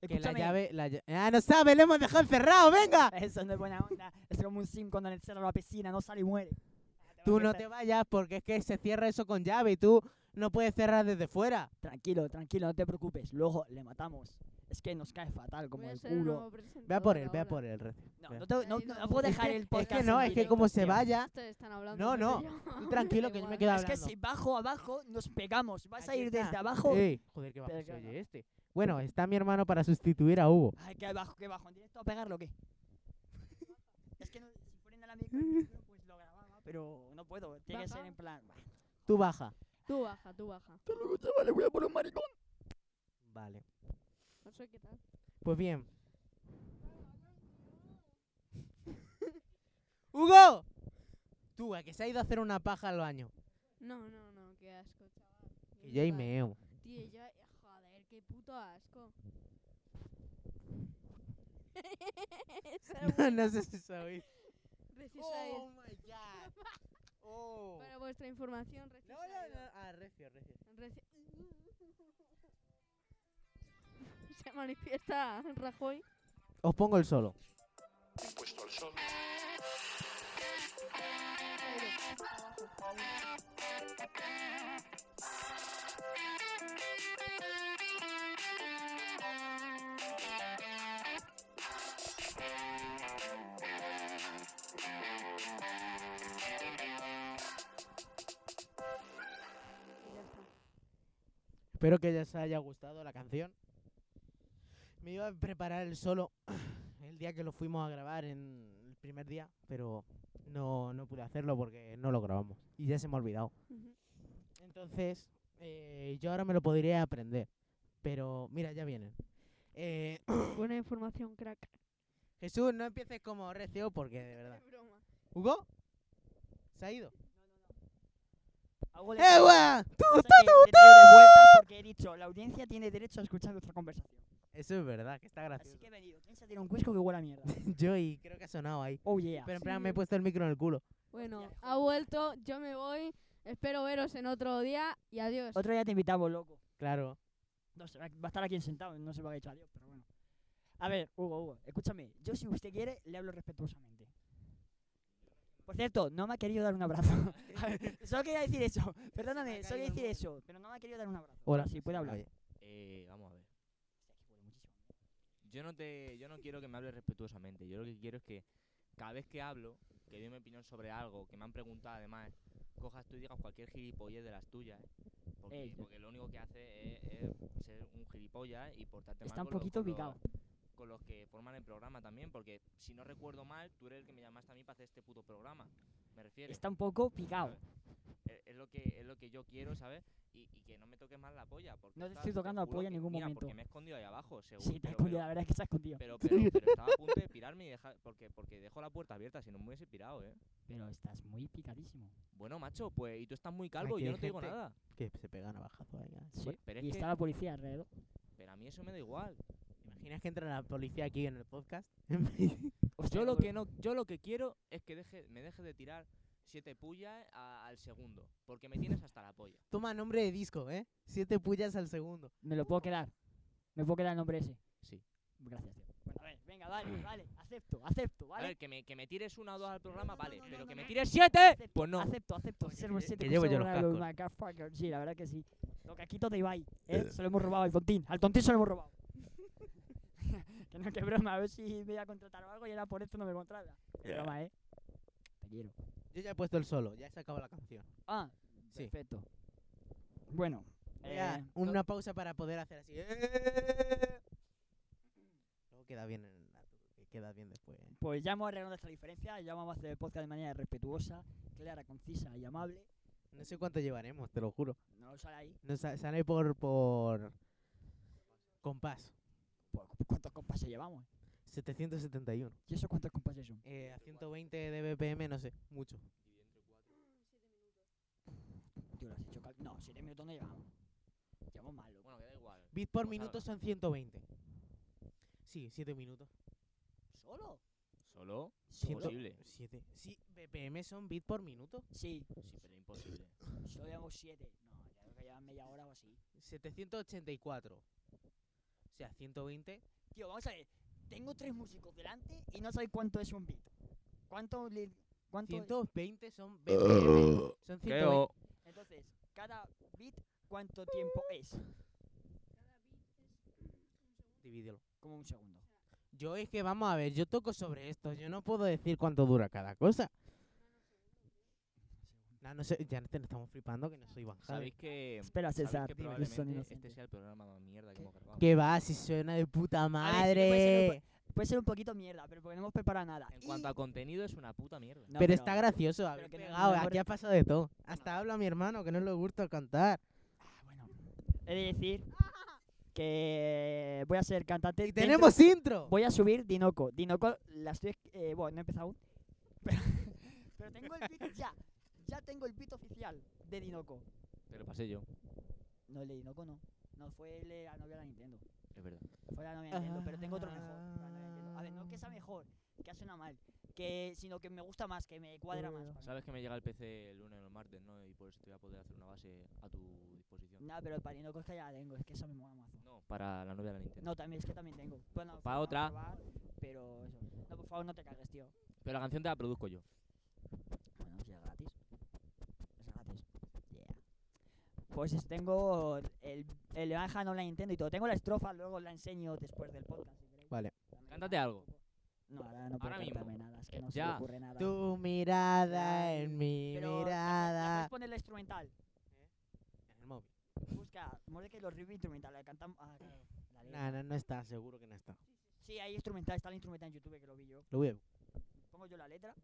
[SPEAKER 4] que la
[SPEAKER 1] escúchame.
[SPEAKER 4] llave, la llave. ¡Ah, no sabe! ¡Le hemos dejado encerrado! ¡Venga!
[SPEAKER 1] Eso no es buena onda. Es como un sim cuando le encerran a la piscina, no sale y muere. Ah,
[SPEAKER 4] Tú
[SPEAKER 1] vas a
[SPEAKER 4] no
[SPEAKER 1] estar-
[SPEAKER 4] te vayas porque es que se cierra eso con llave y tú no puedes cerrar desde fuera.
[SPEAKER 1] Tranquilo, tranquilo, no te preocupes. Luego le matamos. Es que nos cae fatal, como
[SPEAKER 6] Voy a
[SPEAKER 1] el
[SPEAKER 6] ser el
[SPEAKER 1] culo.
[SPEAKER 6] nuevo presentador
[SPEAKER 4] Ve a por él, ve
[SPEAKER 6] ahora.
[SPEAKER 4] a por él, Recio.
[SPEAKER 1] No,
[SPEAKER 4] Vea.
[SPEAKER 1] no, te- no-
[SPEAKER 6] Ahí
[SPEAKER 1] no-
[SPEAKER 6] no.
[SPEAKER 1] no puedo dejar el
[SPEAKER 4] Es
[SPEAKER 1] podcast.
[SPEAKER 4] que
[SPEAKER 1] en
[SPEAKER 4] no, es que
[SPEAKER 1] directo,
[SPEAKER 4] como se
[SPEAKER 1] tío.
[SPEAKER 4] vaya,
[SPEAKER 6] Ustedes están hablando.
[SPEAKER 4] No, no. tú tranquilo que yo me quedo
[SPEAKER 1] Es
[SPEAKER 4] hablando.
[SPEAKER 1] que si bajo abajo, nos pegamos. Vas a
[SPEAKER 4] Aquí
[SPEAKER 1] ir
[SPEAKER 4] está.
[SPEAKER 1] desde abajo.
[SPEAKER 4] Ey, joder, qué bajo se
[SPEAKER 1] Perdona.
[SPEAKER 4] oye este. Bueno, está mi hermano para sustituir a Hugo.
[SPEAKER 1] Ay, que bajo, que bajo. ¿En directo a pegarlo o qué? es que no, si ponen a la micro,
[SPEAKER 4] Mm.
[SPEAKER 1] el micro, pues lo grababa, pero no puedo. Tiene que ser
[SPEAKER 6] Baja.
[SPEAKER 1] en plan. bah.
[SPEAKER 4] Tú baja.
[SPEAKER 6] Tú baja, tú baja.
[SPEAKER 4] Vale.
[SPEAKER 6] No sé qué tal.
[SPEAKER 4] Pues bien. ¡Hugo! Tú, a que se ha ido a hacer una paja al baño.
[SPEAKER 6] No, no, no, qué asco, chaval.
[SPEAKER 4] Que yo ahí
[SPEAKER 6] Mierda.
[SPEAKER 4] meo.
[SPEAKER 6] Tío, ya, joder, qué puto asco.
[SPEAKER 4] No, no sé si sabéis.
[SPEAKER 6] Reciso ahí.
[SPEAKER 4] Oh my god. Oh.
[SPEAKER 6] Para vuestra información, reciso
[SPEAKER 4] No, no, no. Ah, recio, recio.
[SPEAKER 6] Se manifiesta Rajoy.
[SPEAKER 4] Os pongo el solo.
[SPEAKER 5] Puesto al sol.
[SPEAKER 6] Y ya está.
[SPEAKER 4] Espero que ya os haya gustado la canción. Me iba a preparar el solo el día que lo fuimos a grabar en el primer día, pero no, no pude hacerlo porque no lo grabamos. Y ya se me ha olvidado.
[SPEAKER 6] Ujú.
[SPEAKER 4] Entonces, eh, yo ahora me lo podría aprender. Pero mira, ya vienen. Eh,
[SPEAKER 6] Buena información, crack.
[SPEAKER 4] Jesús, no empieces como recio porque de verdad.
[SPEAKER 6] Es broma.
[SPEAKER 4] ¿Hugo? ¿Se ha ido?
[SPEAKER 1] Hago de-
[SPEAKER 4] ¡Eh, guau!
[SPEAKER 1] cosa que he traído de vuelta porque he dicho, la audiencia tiene derecho a escuchar nuestra conversación.
[SPEAKER 4] Eso es verdad, que está
[SPEAKER 1] Así
[SPEAKER 4] gracioso.
[SPEAKER 1] que he venido. ¿Quién se tiene un cuesco que huele a mierda?
[SPEAKER 4] Yo y creo que ha sonado ahí.
[SPEAKER 1] Oh yeah.
[SPEAKER 4] Pero en plan,
[SPEAKER 6] Sí.
[SPEAKER 4] me he puesto el micro en el culo.
[SPEAKER 1] Ya,
[SPEAKER 6] Bueno,
[SPEAKER 1] joder.
[SPEAKER 6] ha vuelto, yo me voy. Espero veros en otro día y adiós.
[SPEAKER 1] Otro día te invitamos, loco.
[SPEAKER 4] Claro.
[SPEAKER 1] No sé, va va a estar aquí sentado, no sé por qué ha dicho adiós, pero bueno. A ver, Hugo, Hugo, escúchame. Yo, si usted quiere, le hablo respetuosamente. Por cierto, no me ha querido dar un abrazo. A ver, solo quería decir eso. Perdóname, solo quería decir eso. Pero no me ha querido dar un abrazo.
[SPEAKER 4] Hola.
[SPEAKER 1] Sí, puede hablar.
[SPEAKER 4] Oye,
[SPEAKER 3] Eh, vamos a ver. Yo no te, yo no quiero que me hables respetuosamente. Yo lo que quiero es que cada vez que hablo, que dé mi opinión sobre algo, que me han preguntado además, cojas tú y digas cualquier gilipollez de las tuyas, porque,
[SPEAKER 1] Eh, yo-
[SPEAKER 3] porque lo único que hace es, es ser un gilipollas y portarte
[SPEAKER 1] Está
[SPEAKER 3] mal
[SPEAKER 1] un
[SPEAKER 3] con los-
[SPEAKER 1] poquito
[SPEAKER 3] con los-
[SPEAKER 1] picado.
[SPEAKER 3] con los que forman el programa también, porque si no recuerdo mal, tú eres el que me llamaste a mí para hacer este puto programa. Me refiero.
[SPEAKER 1] Está un poco picado.
[SPEAKER 3] ¿sabes? Es, es lo que es lo que yo quiero, ¿sabes? Y, y que no me toques más la polla. Porque
[SPEAKER 1] No te
[SPEAKER 3] estaba-
[SPEAKER 1] estoy tocando la
[SPEAKER 3] juro
[SPEAKER 1] polla en
[SPEAKER 3] que-
[SPEAKER 1] ningún
[SPEAKER 3] mira,
[SPEAKER 1] momento.
[SPEAKER 3] Porque me he escondido ahí abajo, seguro.
[SPEAKER 1] Sí, te has
[SPEAKER 3] pero-
[SPEAKER 1] escondido, la
[SPEAKER 3] pero-
[SPEAKER 1] verdad es que se ha escondido.
[SPEAKER 3] pero, pero, pero estaba a punto de pirarme y dejar. Porque, porque dejo la puerta abierta, si no me hubiese pirado, ¿eh?
[SPEAKER 1] Pero estás muy picadísimo.
[SPEAKER 3] Bueno, macho, pues. Y tú estás muy calvo
[SPEAKER 4] Aquí
[SPEAKER 3] y yo
[SPEAKER 4] hay
[SPEAKER 3] no te digo
[SPEAKER 4] gente-
[SPEAKER 3] nada.
[SPEAKER 4] Que se pega navajazo ahí. ¿eh?
[SPEAKER 1] Sí.
[SPEAKER 4] Bueno,
[SPEAKER 3] Pero
[SPEAKER 1] y
[SPEAKER 3] es
[SPEAKER 1] está
[SPEAKER 3] que.
[SPEAKER 1] la policía alrededor.
[SPEAKER 3] Pero a mí eso me da igual.
[SPEAKER 4] ¿te imaginas que entra la policía aquí en el podcast?
[SPEAKER 1] Hostia,
[SPEAKER 3] Yo lo
[SPEAKER 1] Hugo,
[SPEAKER 3] que no, yo lo que quiero es que deje, me deje de tirar siete pullas a- al segundo, porque me tienes hasta la polla.
[SPEAKER 4] Toma nombre de disco, ¿eh? Siete pullas al segundo.
[SPEAKER 1] Me lo puedo quedar. Me puedo quedar el nombre ese.
[SPEAKER 3] Sí. Ah.
[SPEAKER 1] Gracias, tío. Bueno, a ver, venga, vale, vale. Acepto, acepto,
[SPEAKER 3] A ver,
[SPEAKER 1] ¿vale?
[SPEAKER 3] que me, que me tires una o dos al programa,
[SPEAKER 1] no,
[SPEAKER 3] vale,
[SPEAKER 1] no, no,
[SPEAKER 3] pero
[SPEAKER 1] no,
[SPEAKER 3] que
[SPEAKER 1] no,
[SPEAKER 3] me
[SPEAKER 1] no.
[SPEAKER 3] tires siete,
[SPEAKER 1] Acepto,
[SPEAKER 3] pues no.
[SPEAKER 1] Acepto, acepto.
[SPEAKER 4] Coño,
[SPEAKER 1] Servo
[SPEAKER 4] que-
[SPEAKER 1] siete,
[SPEAKER 4] que llevo yo los
[SPEAKER 1] conservo
[SPEAKER 4] cascos.
[SPEAKER 1] motherfuckers. Sí, la verdad que sí. Lo caquito de Ibai, ¿eh? Se lo hemos robado al tontín. Al tontín se lo hemos robado. que no, que broma. A ver si me voy a contratar o algo y era por esto no me contrata. Qué broma, ¿eh? Te quiero.
[SPEAKER 4] Yo ya he puesto el solo, ya se acabó la canción.
[SPEAKER 1] Ah,
[SPEAKER 4] Sí.
[SPEAKER 1] perfecto. Bueno.
[SPEAKER 4] Ya,
[SPEAKER 1] eh,
[SPEAKER 4] una pausa para poder hacer así. ¿eh? Luego queda bien, en la- queda bien después. ¿eh?
[SPEAKER 1] Pues ya hemos arreglado esta diferencia, ya vamos a hacer el podcast de manera respetuosa, clara, concisa y amable.
[SPEAKER 4] No sé cuánto llevaremos, te lo juro.
[SPEAKER 1] No lo sale ahí.
[SPEAKER 4] No sa- sale por, por compás.
[SPEAKER 1] Pues, ¿Cuántos compases llevamos?
[SPEAKER 4] 771.
[SPEAKER 1] ¿Y esos cuántos compases son?
[SPEAKER 4] Eh, a 120 de BPM, no sé, mucho.
[SPEAKER 1] Tío, lo has hecho cal- No, siete minutos no llevamos. Llevamos mal, loco.
[SPEAKER 3] Bueno, que da igual.
[SPEAKER 4] Bits por
[SPEAKER 3] Pues
[SPEAKER 4] minuto
[SPEAKER 3] nada.
[SPEAKER 4] son 120. Sí, 7 minutos.
[SPEAKER 1] ¿Solo?
[SPEAKER 3] Solo,
[SPEAKER 4] Ciento-
[SPEAKER 3] imposible.
[SPEAKER 4] Siete. Sí, BPM son bits por minuto.
[SPEAKER 1] Sí,
[SPEAKER 3] Sí, pero imposible.
[SPEAKER 1] solo llevamos siete. No, ya creo que llevan media hora o así.
[SPEAKER 4] 784. O sea, 120.
[SPEAKER 1] Tío, vamos a ver. Tengo tres músicos delante y no sabéis cuánto es un beat. ¿Cuánto le- cuánto
[SPEAKER 4] 120 son BPM. Son 120.
[SPEAKER 1] Entonces, cada beat, ¿cuánto tiempo es?
[SPEAKER 4] Divídelo.
[SPEAKER 1] Como un segundo.
[SPEAKER 4] Yo es que vamos a ver, yo toco sobre esto. Yo no puedo decir cuánto dura cada cosa. No, no sé, ya te estamos flipando que no soy Van Halen.
[SPEAKER 3] Sabéis que.
[SPEAKER 1] Espera,
[SPEAKER 3] sabéis
[SPEAKER 1] César,
[SPEAKER 3] que
[SPEAKER 1] dime, son
[SPEAKER 3] probablemente este
[SPEAKER 1] inocentes.
[SPEAKER 3] sea el programa más mierda que hemos grabado.
[SPEAKER 4] Que va, si suena de puta
[SPEAKER 1] ver, Ah, sí que puede ser un
[SPEAKER 4] madre.
[SPEAKER 1] po- Puede ser un poquito mierda, pero porque no hemos preparado nada.
[SPEAKER 3] En
[SPEAKER 1] Y-
[SPEAKER 3] cuanto a contenido, es una puta mierda.
[SPEAKER 1] No,
[SPEAKER 4] pero está gracioso, habéis
[SPEAKER 1] que no- no
[SPEAKER 4] pegado,
[SPEAKER 1] me
[SPEAKER 4] aquí
[SPEAKER 1] muero.
[SPEAKER 4] ha pasado de todo. Hasta habla mi hermano, que no le gusta cantar.
[SPEAKER 1] Ah, bueno, he de decir que voy a ser cantante.
[SPEAKER 4] ¡Y
[SPEAKER 1] dentro-
[SPEAKER 4] tenemos intro!
[SPEAKER 1] Voy a subir Dinoco. Dinoco, la estoy. es- eh, bueno, no he empezado aún. Pero, pero tengo el beat ya. Ya tengo el beat oficial de Dinoco.
[SPEAKER 3] Te lo pasé yo,
[SPEAKER 1] No, el de Dinoco no. No, fue el de la novia de la Nintendo.
[SPEAKER 3] es verdad.
[SPEAKER 1] Fue la novia de Nintendo, pero tengo otro mejor. la novia de Nintendo. A ver, no que sea mejor, que ha sonado mal. Que, sino que me gusta más, que me cuadra más. para mí.
[SPEAKER 3] Sabes que me llega el PC el lunes o el martes, ¿no? Y por eso te voy a poder hacer una base a tu disposición.
[SPEAKER 1] No, pero para Dinoco es que ya la tengo, es que esa me mola más.
[SPEAKER 3] No, para la novia de la Nintendo.
[SPEAKER 1] No, también es que también tengo. Bueno,
[SPEAKER 3] pa'
[SPEAKER 1] vamos a
[SPEAKER 3] otra.
[SPEAKER 1] probar, pero eso. No, por favor, no te cagues, tío.
[SPEAKER 3] Pero la canción te la produzco yo.
[SPEAKER 1] Bueno, si es gratis. Es gratis. Yeah. Pues es- tengo el, el Evangelion Online Nintendo y todo. Tengo la estrofa, luego la enseño después del podcast. si queréis.
[SPEAKER 4] Vale.
[SPEAKER 1] Dame
[SPEAKER 3] Cántate
[SPEAKER 1] nada,
[SPEAKER 3] algo.
[SPEAKER 1] poco. No, ahora no puedo
[SPEAKER 3] Ahora mismo.
[SPEAKER 1] cantarme nada, es que no se me
[SPEAKER 3] Ya.
[SPEAKER 1] ocurre nada.
[SPEAKER 4] Tu mirada en mi
[SPEAKER 1] Pero, ¿la- la- la
[SPEAKER 4] mirada.
[SPEAKER 1] puedes poner la instrumental.
[SPEAKER 4] En el móvil.
[SPEAKER 1] Busca, muere que los riffs instrumentales, la cantamos. Ah, claro, la letra.
[SPEAKER 4] No, no, no está, seguro que no está.
[SPEAKER 1] Sí, hay instrumental, está la instrumental en YouTube que lo vi yo.
[SPEAKER 4] Lo voy a...
[SPEAKER 1] pongo yo la letra,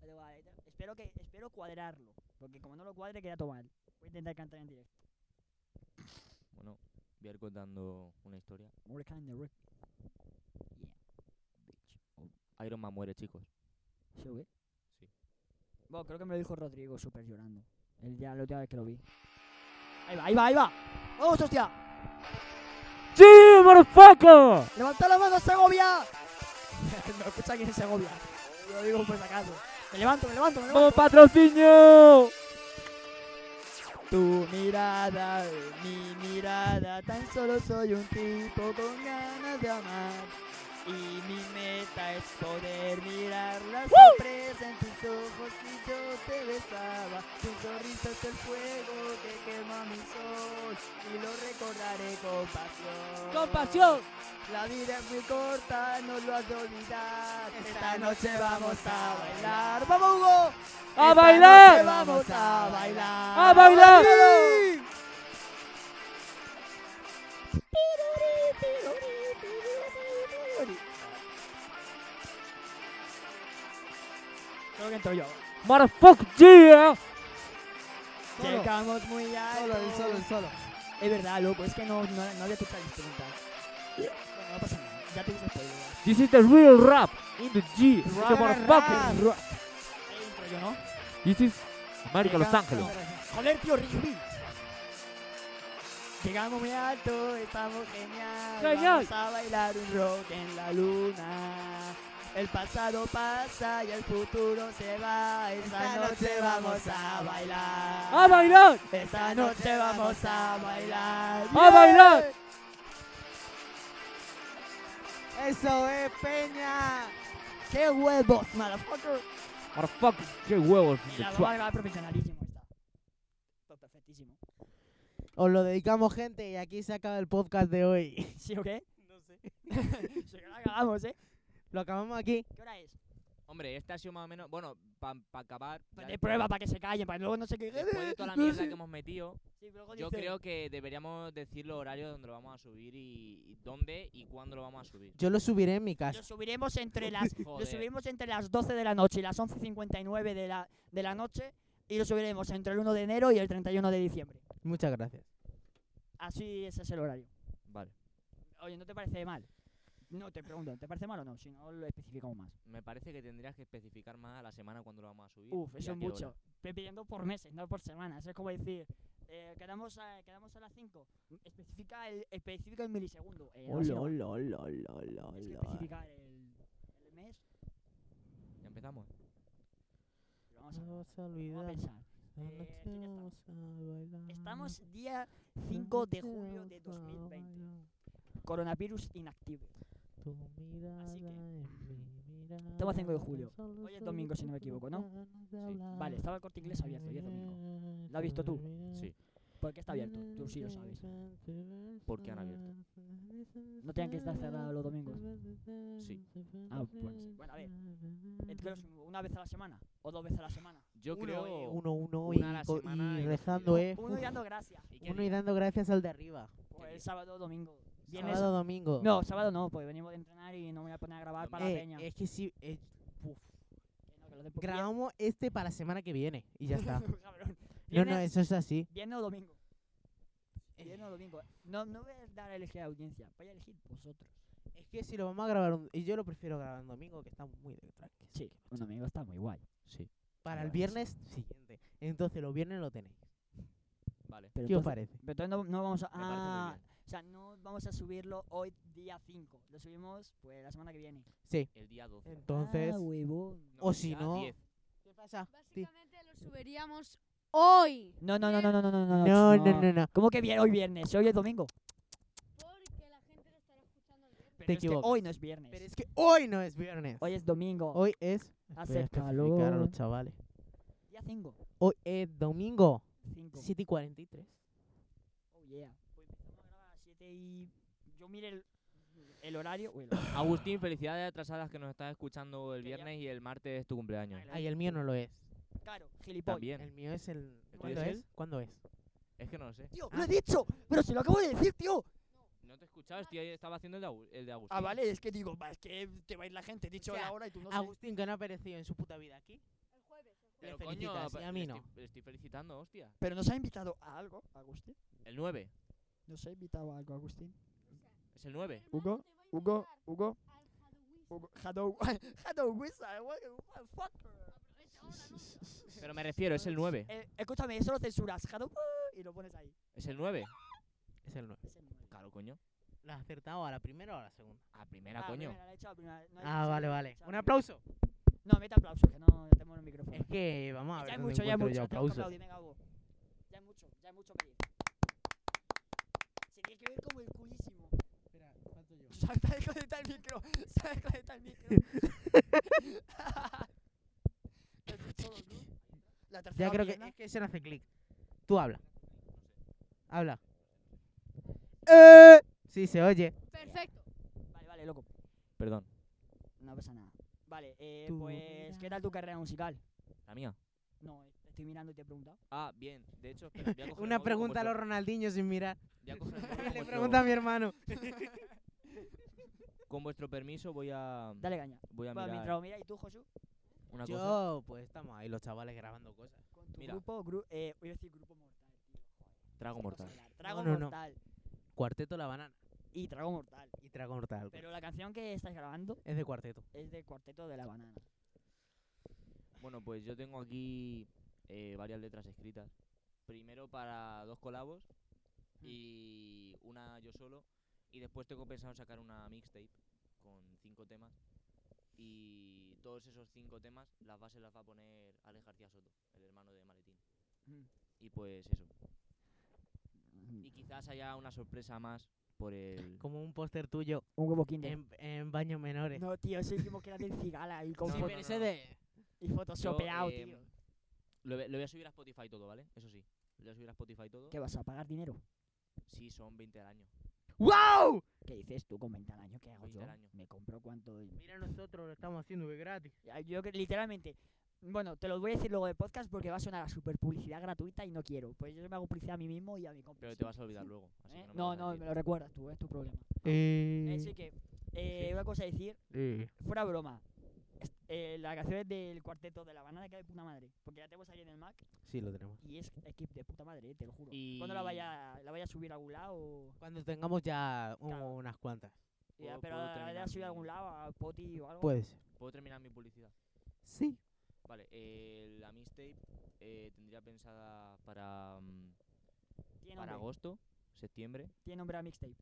[SPEAKER 1] le digo a la letra. Espero que, espero cuadrarlo, porque como no lo cuadre queda todo mal. Voy a intentar cantar en directo.
[SPEAKER 3] Bueno, voy a ir contando una historia.
[SPEAKER 1] American in the wreck. Yeah, bitch.
[SPEAKER 3] Iron Man muere, chicos.
[SPEAKER 1] ¿Se ve?
[SPEAKER 3] Sí.
[SPEAKER 1] Bueno, creo que me lo dijo Rodrigo súper llorando. El día, la última vez que lo vi. Ahí va, ahí va, ahí va. ¡Vamos, hostia!
[SPEAKER 4] ¡Sí, Eh, motherfucker!
[SPEAKER 1] ¡Levanta la mano, Segovia! no escucha quién es Segovia. Lo digo por si acaso. Me levanto, me levanto, me levanto.
[SPEAKER 4] patrocinio!
[SPEAKER 1] Tu mirada, mi mirada, tan solo soy un tipo con ganas de amar. Y mi meta es poder mirar la sorpresa en tus ojos y yo te besaba. Tu sonrisa es el fuego que quema mi sol y lo recordaré con pasión.
[SPEAKER 4] ¡Compasión!
[SPEAKER 1] La vida es muy corta, no lo has de olvidar. Esta noche vamos a bailar. ¡Vamos, Hugo!
[SPEAKER 4] ¡A
[SPEAKER 1] Esta
[SPEAKER 4] bailar!
[SPEAKER 1] noche Vamos a bailar.
[SPEAKER 4] ¡A bailar!
[SPEAKER 1] Creo que entro yo.
[SPEAKER 4] ¡Motherfucker, yeah! Solo,
[SPEAKER 1] Llegamos muy
[SPEAKER 4] solo,
[SPEAKER 1] alto.
[SPEAKER 4] el solo, el solo.
[SPEAKER 1] Es verdad, loco, es que no, no, no había escuchado el instrumental. Bueno, no pasa nada, ya te hice spoiler.
[SPEAKER 4] This is the real rap in the G.
[SPEAKER 1] Rap, It's a motherfucking Eh, Entro yo, ¿no?
[SPEAKER 4] This is
[SPEAKER 1] Llegamos- Joder, tío, Rigby. Llegamos muy alto, estamos genial.
[SPEAKER 4] Genial.
[SPEAKER 1] Vamos a bailar un rock en la luna. El pasado pasa y el futuro se va. Esta noche vamos a bailar.
[SPEAKER 4] Ah,
[SPEAKER 7] ¡A bailar!
[SPEAKER 1] Esta noche vamos a bailar.
[SPEAKER 7] ¡A bailar!
[SPEAKER 4] ¡Eso es, Peña!
[SPEAKER 1] ¡Qué huevos, motherfucker!
[SPEAKER 3] Motherfucker, qué huevos.
[SPEAKER 1] Y la
[SPEAKER 3] de
[SPEAKER 1] vamos a
[SPEAKER 3] chua-
[SPEAKER 1] grabar profesionalísimo esta. Todo perfectísimo.
[SPEAKER 4] Os lo dedicamos, gente, y aquí se acaba el podcast de hoy.
[SPEAKER 1] ¿Sí o qué? No sé. Si no la acabamos, ¿eh?
[SPEAKER 4] Lo acabamos aquí.
[SPEAKER 1] ¿Qué hora es?
[SPEAKER 3] Hombre, este ha sido más o menos. Bueno, para acabar. ya
[SPEAKER 1] De
[SPEAKER 3] después-
[SPEAKER 1] prueba para que se callen, para que luego no se queden.
[SPEAKER 3] Después de toda la mierda que hemos metido,
[SPEAKER 1] Sí, luego
[SPEAKER 3] yo
[SPEAKER 1] dicen,
[SPEAKER 3] creo que deberíamos decir los horarios donde lo vamos a subir y, y dónde y cuándo lo vamos a subir.
[SPEAKER 4] Yo lo subiré en mi casa.
[SPEAKER 1] Lo subiremos entre las lo
[SPEAKER 3] Joder.
[SPEAKER 1] subiremos entre las 12 de la noche y las 11.59 de la, de la noche y lo subiremos entre el 1 de enero y el 31 de diciembre.
[SPEAKER 4] Muchas gracias.
[SPEAKER 1] Así ese es el horario.
[SPEAKER 3] Vale,
[SPEAKER 1] Oye, ¿no te parece mal? No, te pregunto, ¿te parece mal o no? Si no, lo especificamos más.
[SPEAKER 3] me parece que tendrías que especificar más a la semana cuándo lo vamos a subir.
[SPEAKER 1] Uf,
[SPEAKER 3] y
[SPEAKER 1] eso
[SPEAKER 3] a
[SPEAKER 1] es
[SPEAKER 3] qué hora.
[SPEAKER 1] mucho. Estoy pidiendo por meses, no por semanas. Es como decir, eh, quedamos, a, quedamos a las 5. Especifica el, especifica el milisegundo. Eh, no, si no, Tienes que especificar el, el mes.
[SPEAKER 3] Ya empezamos.
[SPEAKER 1] Lo vamos a, vamos a pensar. Eh, aquí ya estamos. Estamos día 5 de julio de 2020. Coronavirus inactivo. Así que, estamos a 5 de julio. Hoy es domingo, si no me equivoco, ¿no? Vale, estaba el corte inglés abierto, hoy es domingo. ¿Lo has visto tú?
[SPEAKER 3] Sí.
[SPEAKER 1] ¿Por qué está abierto? Tú sí lo sabes.
[SPEAKER 3] ¿Por qué han abierto?
[SPEAKER 1] ¿No tenían que estar cerrados los domingos?
[SPEAKER 3] Sí.
[SPEAKER 1] Ah, pues. Bueno, a ver. es que los- ¿Una vez a la semana? ¿O dos veces a la semana?
[SPEAKER 3] Yo
[SPEAKER 1] Uno,
[SPEAKER 3] creo.
[SPEAKER 4] Uno, uno
[SPEAKER 3] Una
[SPEAKER 4] y,
[SPEAKER 3] a la
[SPEAKER 4] co-
[SPEAKER 3] semana
[SPEAKER 4] y
[SPEAKER 3] y
[SPEAKER 4] rezando, eh.
[SPEAKER 3] respiro.
[SPEAKER 1] Uno y dando gracias.
[SPEAKER 3] ¿Y qué
[SPEAKER 4] Uno y
[SPEAKER 3] día?
[SPEAKER 4] dando gracias al de arriba.
[SPEAKER 1] O el sábado o domingo. Viernes-
[SPEAKER 4] Sábado, domingo.
[SPEAKER 1] No, sábado no, porque venimos de entrenar y no me voy a poner a grabar para
[SPEAKER 4] Eh,
[SPEAKER 1] la peña.
[SPEAKER 4] Es que sí. eh, uf.
[SPEAKER 1] Que no, que lo den por bien.
[SPEAKER 4] Grabamos este para la semana que viene y ya está.
[SPEAKER 1] Cabrón.
[SPEAKER 4] No, no,
[SPEAKER 1] Viernes-
[SPEAKER 4] eso es Eh. así.
[SPEAKER 1] Viernes o domingo. Viernes o domingo. No, no voy a dar a elegir a la audiencia. Voy a elegir vosotros.
[SPEAKER 4] Es que si lo vamos a grabar un- y yo lo prefiero grabar un domingo que está muy de tranqui.
[SPEAKER 1] Sí, un domingo está muy guay.
[SPEAKER 3] Sí.
[SPEAKER 4] Para el
[SPEAKER 1] Vale, sí.
[SPEAKER 4] viernes siguiente. Entonces los viernes lo tenéis.
[SPEAKER 3] Vale.
[SPEAKER 1] Pero
[SPEAKER 4] ¿Qué os
[SPEAKER 1] entonces-
[SPEAKER 4] parece?
[SPEAKER 1] Pero entonces no, no vamos a...
[SPEAKER 3] Me parece muy
[SPEAKER 1] ah,
[SPEAKER 3] bien.
[SPEAKER 1] o sea, no vamos a subirlo hoy día 5. Lo subimos pues la semana que viene.
[SPEAKER 4] Sí.
[SPEAKER 3] El día 12.
[SPEAKER 4] Entonces.
[SPEAKER 1] Ah, huevón.
[SPEAKER 3] No,
[SPEAKER 4] o
[SPEAKER 3] el
[SPEAKER 4] si
[SPEAKER 3] día
[SPEAKER 4] no-
[SPEAKER 3] 10.
[SPEAKER 4] ¿Qué pasa? Sí.
[SPEAKER 6] Básicamente lo subiríamos hoy.
[SPEAKER 1] No, no, no, no, no, no, no, no.
[SPEAKER 4] No, no,
[SPEAKER 1] ch-
[SPEAKER 4] no, no.
[SPEAKER 1] ¿Cómo que vier- hoy viernes? Hoy es domingo.
[SPEAKER 6] Porque la gente lo estará escuchando el viernes.
[SPEAKER 1] Pero
[SPEAKER 4] Te
[SPEAKER 1] es que
[SPEAKER 4] equivocas.
[SPEAKER 1] hoy no es viernes.
[SPEAKER 4] Pero es que hoy no es viernes.
[SPEAKER 1] Hoy es domingo.
[SPEAKER 4] Hoy es.
[SPEAKER 1] Hace
[SPEAKER 4] Voy a especificar a
[SPEAKER 1] calor.
[SPEAKER 4] los chavales.
[SPEAKER 1] Día 5.
[SPEAKER 4] Hoy es domingo.
[SPEAKER 1] 5.
[SPEAKER 4] 7 y 43.
[SPEAKER 1] Oh, yeah. Pues empezamos a grabar a las 7 y... Yo mire el, el horario... Uy, el horario.
[SPEAKER 3] Agustín, felicidades atrasadas que nos estás escuchando el
[SPEAKER 1] Que ya-
[SPEAKER 3] viernes y el martes es tu cumpleaños.
[SPEAKER 1] Ay, la-
[SPEAKER 4] Ay, el mío no lo es.
[SPEAKER 1] Claro, gilipollas.
[SPEAKER 3] También.
[SPEAKER 4] El mío es el.
[SPEAKER 3] tuyo
[SPEAKER 4] ¿Cuándo
[SPEAKER 3] es
[SPEAKER 4] es?
[SPEAKER 3] el?
[SPEAKER 4] ¿Cuándo es?
[SPEAKER 3] Es que no lo sé.
[SPEAKER 1] Tío, lo he dicho. Pero se lo acabo de decir, tío.
[SPEAKER 3] No te he escuchado, estoy, estaba haciendo el de, Agu- el de Agustín.
[SPEAKER 1] Ah, vale, es que digo, va, es que te va a ir la gente. He dicho
[SPEAKER 4] O sea,
[SPEAKER 1] la hora y tú no sabes.
[SPEAKER 4] Agustín, que no ha aparecido en su puta vida aquí.
[SPEAKER 6] El jueves.
[SPEAKER 3] Pero
[SPEAKER 4] Le
[SPEAKER 3] coño,
[SPEAKER 4] felicitas, y a
[SPEAKER 3] le
[SPEAKER 4] mí
[SPEAKER 3] estoy-
[SPEAKER 4] no.
[SPEAKER 3] le estoy felicitando, hostia.
[SPEAKER 1] Pero nos ha invitado a algo, Agustín.
[SPEAKER 3] El 9.
[SPEAKER 1] Nos ha invitado a algo, Agustín.
[SPEAKER 3] Es el 9.
[SPEAKER 1] Hugo, Hugo, Hugo. Hugo. Shadow, Shadow Wizard. What what the fuck?
[SPEAKER 3] Pero me refiero, es el 9.
[SPEAKER 1] Eh, escúchame, eso lo censuras. Shadow, uh, y lo pones ahí.
[SPEAKER 3] Es el 9.
[SPEAKER 4] Es el 9.
[SPEAKER 1] Ese no es.
[SPEAKER 3] Claro, coño.
[SPEAKER 4] ¿La has acertado a la primera o a la segunda?
[SPEAKER 3] A primera,
[SPEAKER 1] Ah,
[SPEAKER 3] coño.
[SPEAKER 1] primera, la he hecho la primera, no hay
[SPEAKER 4] Ah,
[SPEAKER 1] que
[SPEAKER 4] vale,
[SPEAKER 1] hacer-
[SPEAKER 4] vale.
[SPEAKER 1] hacer
[SPEAKER 4] Un
[SPEAKER 1] la
[SPEAKER 4] aplauso.
[SPEAKER 1] primera. No, mete aplauso, que no tenemos el micrófono.
[SPEAKER 4] Es que vamos a
[SPEAKER 1] ya
[SPEAKER 4] ver.
[SPEAKER 1] hay
[SPEAKER 4] dónde
[SPEAKER 1] mucho, ya hay
[SPEAKER 4] encuentro yo
[SPEAKER 1] mucho. tengo que
[SPEAKER 4] aplausos.
[SPEAKER 1] aplaudir, venga, Hugo. Ya hay mucho, ya hay mucho que ir. Se tiene que ver como el culísimo.
[SPEAKER 4] Espera, ¿cuánto yo?
[SPEAKER 1] Sabe desconectar el micro. Sabe desconectar el micro. El todo, ¿no? La tercera
[SPEAKER 4] Ya creo que
[SPEAKER 1] pierna.
[SPEAKER 4] es que se hace clic. Tú habla. Habla. Sí, se oye.
[SPEAKER 6] Perfecto.
[SPEAKER 1] Vale, vale, loco.
[SPEAKER 3] Perdón.
[SPEAKER 1] No pasa nada. Vale, eh,
[SPEAKER 4] Tu
[SPEAKER 1] pues, ¿qué tal tu carrera musical?
[SPEAKER 3] La mía.
[SPEAKER 1] No, eh, te estoy mirando y te he preguntado.
[SPEAKER 3] Ah, bien. De hecho, espera, voy a coger el móvil
[SPEAKER 4] Una
[SPEAKER 3] con
[SPEAKER 4] pregunta a los
[SPEAKER 3] vuestro-
[SPEAKER 4] Ronaldinho sin mirar.
[SPEAKER 3] voy a coger el móvil con
[SPEAKER 4] Le
[SPEAKER 3] vuestro-
[SPEAKER 4] pregunta a mi hermano.
[SPEAKER 3] Con vuestro permiso voy a,
[SPEAKER 1] Dale caña.
[SPEAKER 3] voy a
[SPEAKER 1] Bueno,
[SPEAKER 3] mirar
[SPEAKER 1] mientras lo mira, ¿y tú, Josu?
[SPEAKER 3] una cosa.
[SPEAKER 4] Yo, pues estamos ahí los chavales grabando cosas.
[SPEAKER 1] Con tu
[SPEAKER 3] Mira.
[SPEAKER 1] grupo, gru eh, voy a decir grupo mortal, tío.
[SPEAKER 3] Trago
[SPEAKER 1] Vamos a
[SPEAKER 3] mortal.
[SPEAKER 1] hablar. Trago
[SPEAKER 4] No, no, no.
[SPEAKER 1] mortal.
[SPEAKER 4] Cuarteto La Banana
[SPEAKER 1] Y trago mortal.
[SPEAKER 4] y Trago Mortal.
[SPEAKER 1] Pero la canción que estáis grabando
[SPEAKER 4] Es de cuarteto.
[SPEAKER 1] es de Cuarteto de la Banana.
[SPEAKER 3] Bueno, pues yo tengo aquí eh, varias letras escritas. Primero para dos colabos
[SPEAKER 1] Hmm.
[SPEAKER 3] y una yo solo. Y después tengo pensado sacar una mixtape con cinco temas Y todos esos cinco temas, las bases las va a poner Alex García Soto, el hermano de Maletín.
[SPEAKER 1] Mm.
[SPEAKER 3] Y pues eso. Y quizás haya una sorpresa más por el...
[SPEAKER 4] Como un póster tuyo
[SPEAKER 1] Un huevo kinder.
[SPEAKER 4] en, en baños menores.
[SPEAKER 1] No, tío, ese dijimos que era del cigala y con
[SPEAKER 3] No,
[SPEAKER 4] Sí,
[SPEAKER 3] no,
[SPEAKER 4] pero
[SPEAKER 1] foto-
[SPEAKER 3] no,
[SPEAKER 4] ese
[SPEAKER 3] no.
[SPEAKER 4] de-
[SPEAKER 1] y photoshopeado,
[SPEAKER 3] Yo, eh,
[SPEAKER 1] tío.
[SPEAKER 3] Lo, ve- lo voy a subir a Spotify todo, ¿vale? Eso sí. Lo voy a subir a Spotify todo.
[SPEAKER 1] ¿Qué vas a pagar dinero?
[SPEAKER 3] Sí, son 20 al año.
[SPEAKER 4] ¡Wow!
[SPEAKER 1] ¿Qué dices tú con 20 al año? ¿Qué hago
[SPEAKER 3] 20
[SPEAKER 1] yo?
[SPEAKER 3] al año.
[SPEAKER 1] Me compro cuánto.
[SPEAKER 4] Mira nosotros, lo estamos haciendo de gratis.
[SPEAKER 1] Ya, Yo que- literalmente. Bueno, te lo voy a decir luego de podcast porque va a sonar a super publicidad gratuita y no quiero. Pues yo me hago publicidad a mí mismo y a mi compa.
[SPEAKER 3] Pero te vas a olvidar luego. así que
[SPEAKER 1] ¿Eh? No, no,
[SPEAKER 3] me lo vas a
[SPEAKER 1] me
[SPEAKER 3] decir.
[SPEAKER 1] lo recuerdas tú, es tu problema.
[SPEAKER 4] Eh,
[SPEAKER 1] Así que, eh, una cosa a decir, fuera broma. est- eh, la canción es del cuarteto de la banana que de puta madre. Porque la tenemos aquí en el Mac
[SPEAKER 4] Sí, lo tenemos.
[SPEAKER 1] y es skip de puta madre, eh, te lo juro. ¿Cuándo la
[SPEAKER 3] Y-
[SPEAKER 1] vaya, la vaya a subir a algún lado? o-
[SPEAKER 4] Cuando tengamos ya un-
[SPEAKER 1] Claro.
[SPEAKER 4] unas cuantas.
[SPEAKER 1] Ya,
[SPEAKER 3] Puedo-
[SPEAKER 1] pero la
[SPEAKER 3] puedo
[SPEAKER 1] la vaya a
[SPEAKER 3] terminar
[SPEAKER 1] subir a
[SPEAKER 3] mi-
[SPEAKER 1] algún lado, a Poti o algo.
[SPEAKER 4] Puedes.
[SPEAKER 3] ¿Puedo terminar mi publicidad?
[SPEAKER 4] Sí.
[SPEAKER 3] Vale, eh, la mixtape eh, tendría pensada para, mm,
[SPEAKER 1] tiene
[SPEAKER 3] para
[SPEAKER 1] nombre,
[SPEAKER 3] agosto, septiembre.
[SPEAKER 1] tiene nombre a mixtape.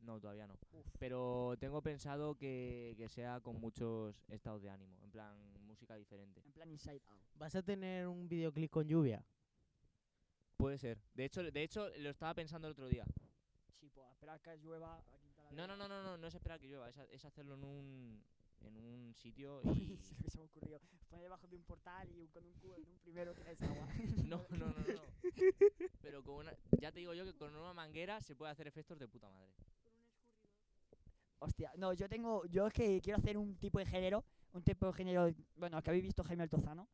[SPEAKER 3] No, todavía no.
[SPEAKER 1] Uf.
[SPEAKER 3] Pero tengo pensado que, que sea con muchos estados de ánimo, en plan música diferente.
[SPEAKER 1] En plan Inside Out.
[SPEAKER 4] ¿Vas a tener un videoclip con lluvia?
[SPEAKER 3] Puede ser. De hecho, de hecho lo estaba pensando el otro día.
[SPEAKER 1] Sí, pues espera que llueva. a Quintana
[SPEAKER 3] No,
[SPEAKER 1] de-
[SPEAKER 3] no, no, no, no, no es esperar a que llueva, es, ha- es hacerlo en un, en un sitio
[SPEAKER 1] Se me-
[SPEAKER 3] y...
[SPEAKER 1] se me ocurrió. Pone debajo de un portal y un- con un cubo, en un primero que es agua.
[SPEAKER 3] No, no, no, no. Pero con una, ya te digo yo que con una manguera se puede hacer efectos de puta madre.
[SPEAKER 1] Hostia, no, yo tengo. Yo es que quiero hacer un tipo de género. Un tipo de género. Bueno, que habéis visto Jaime Altozano.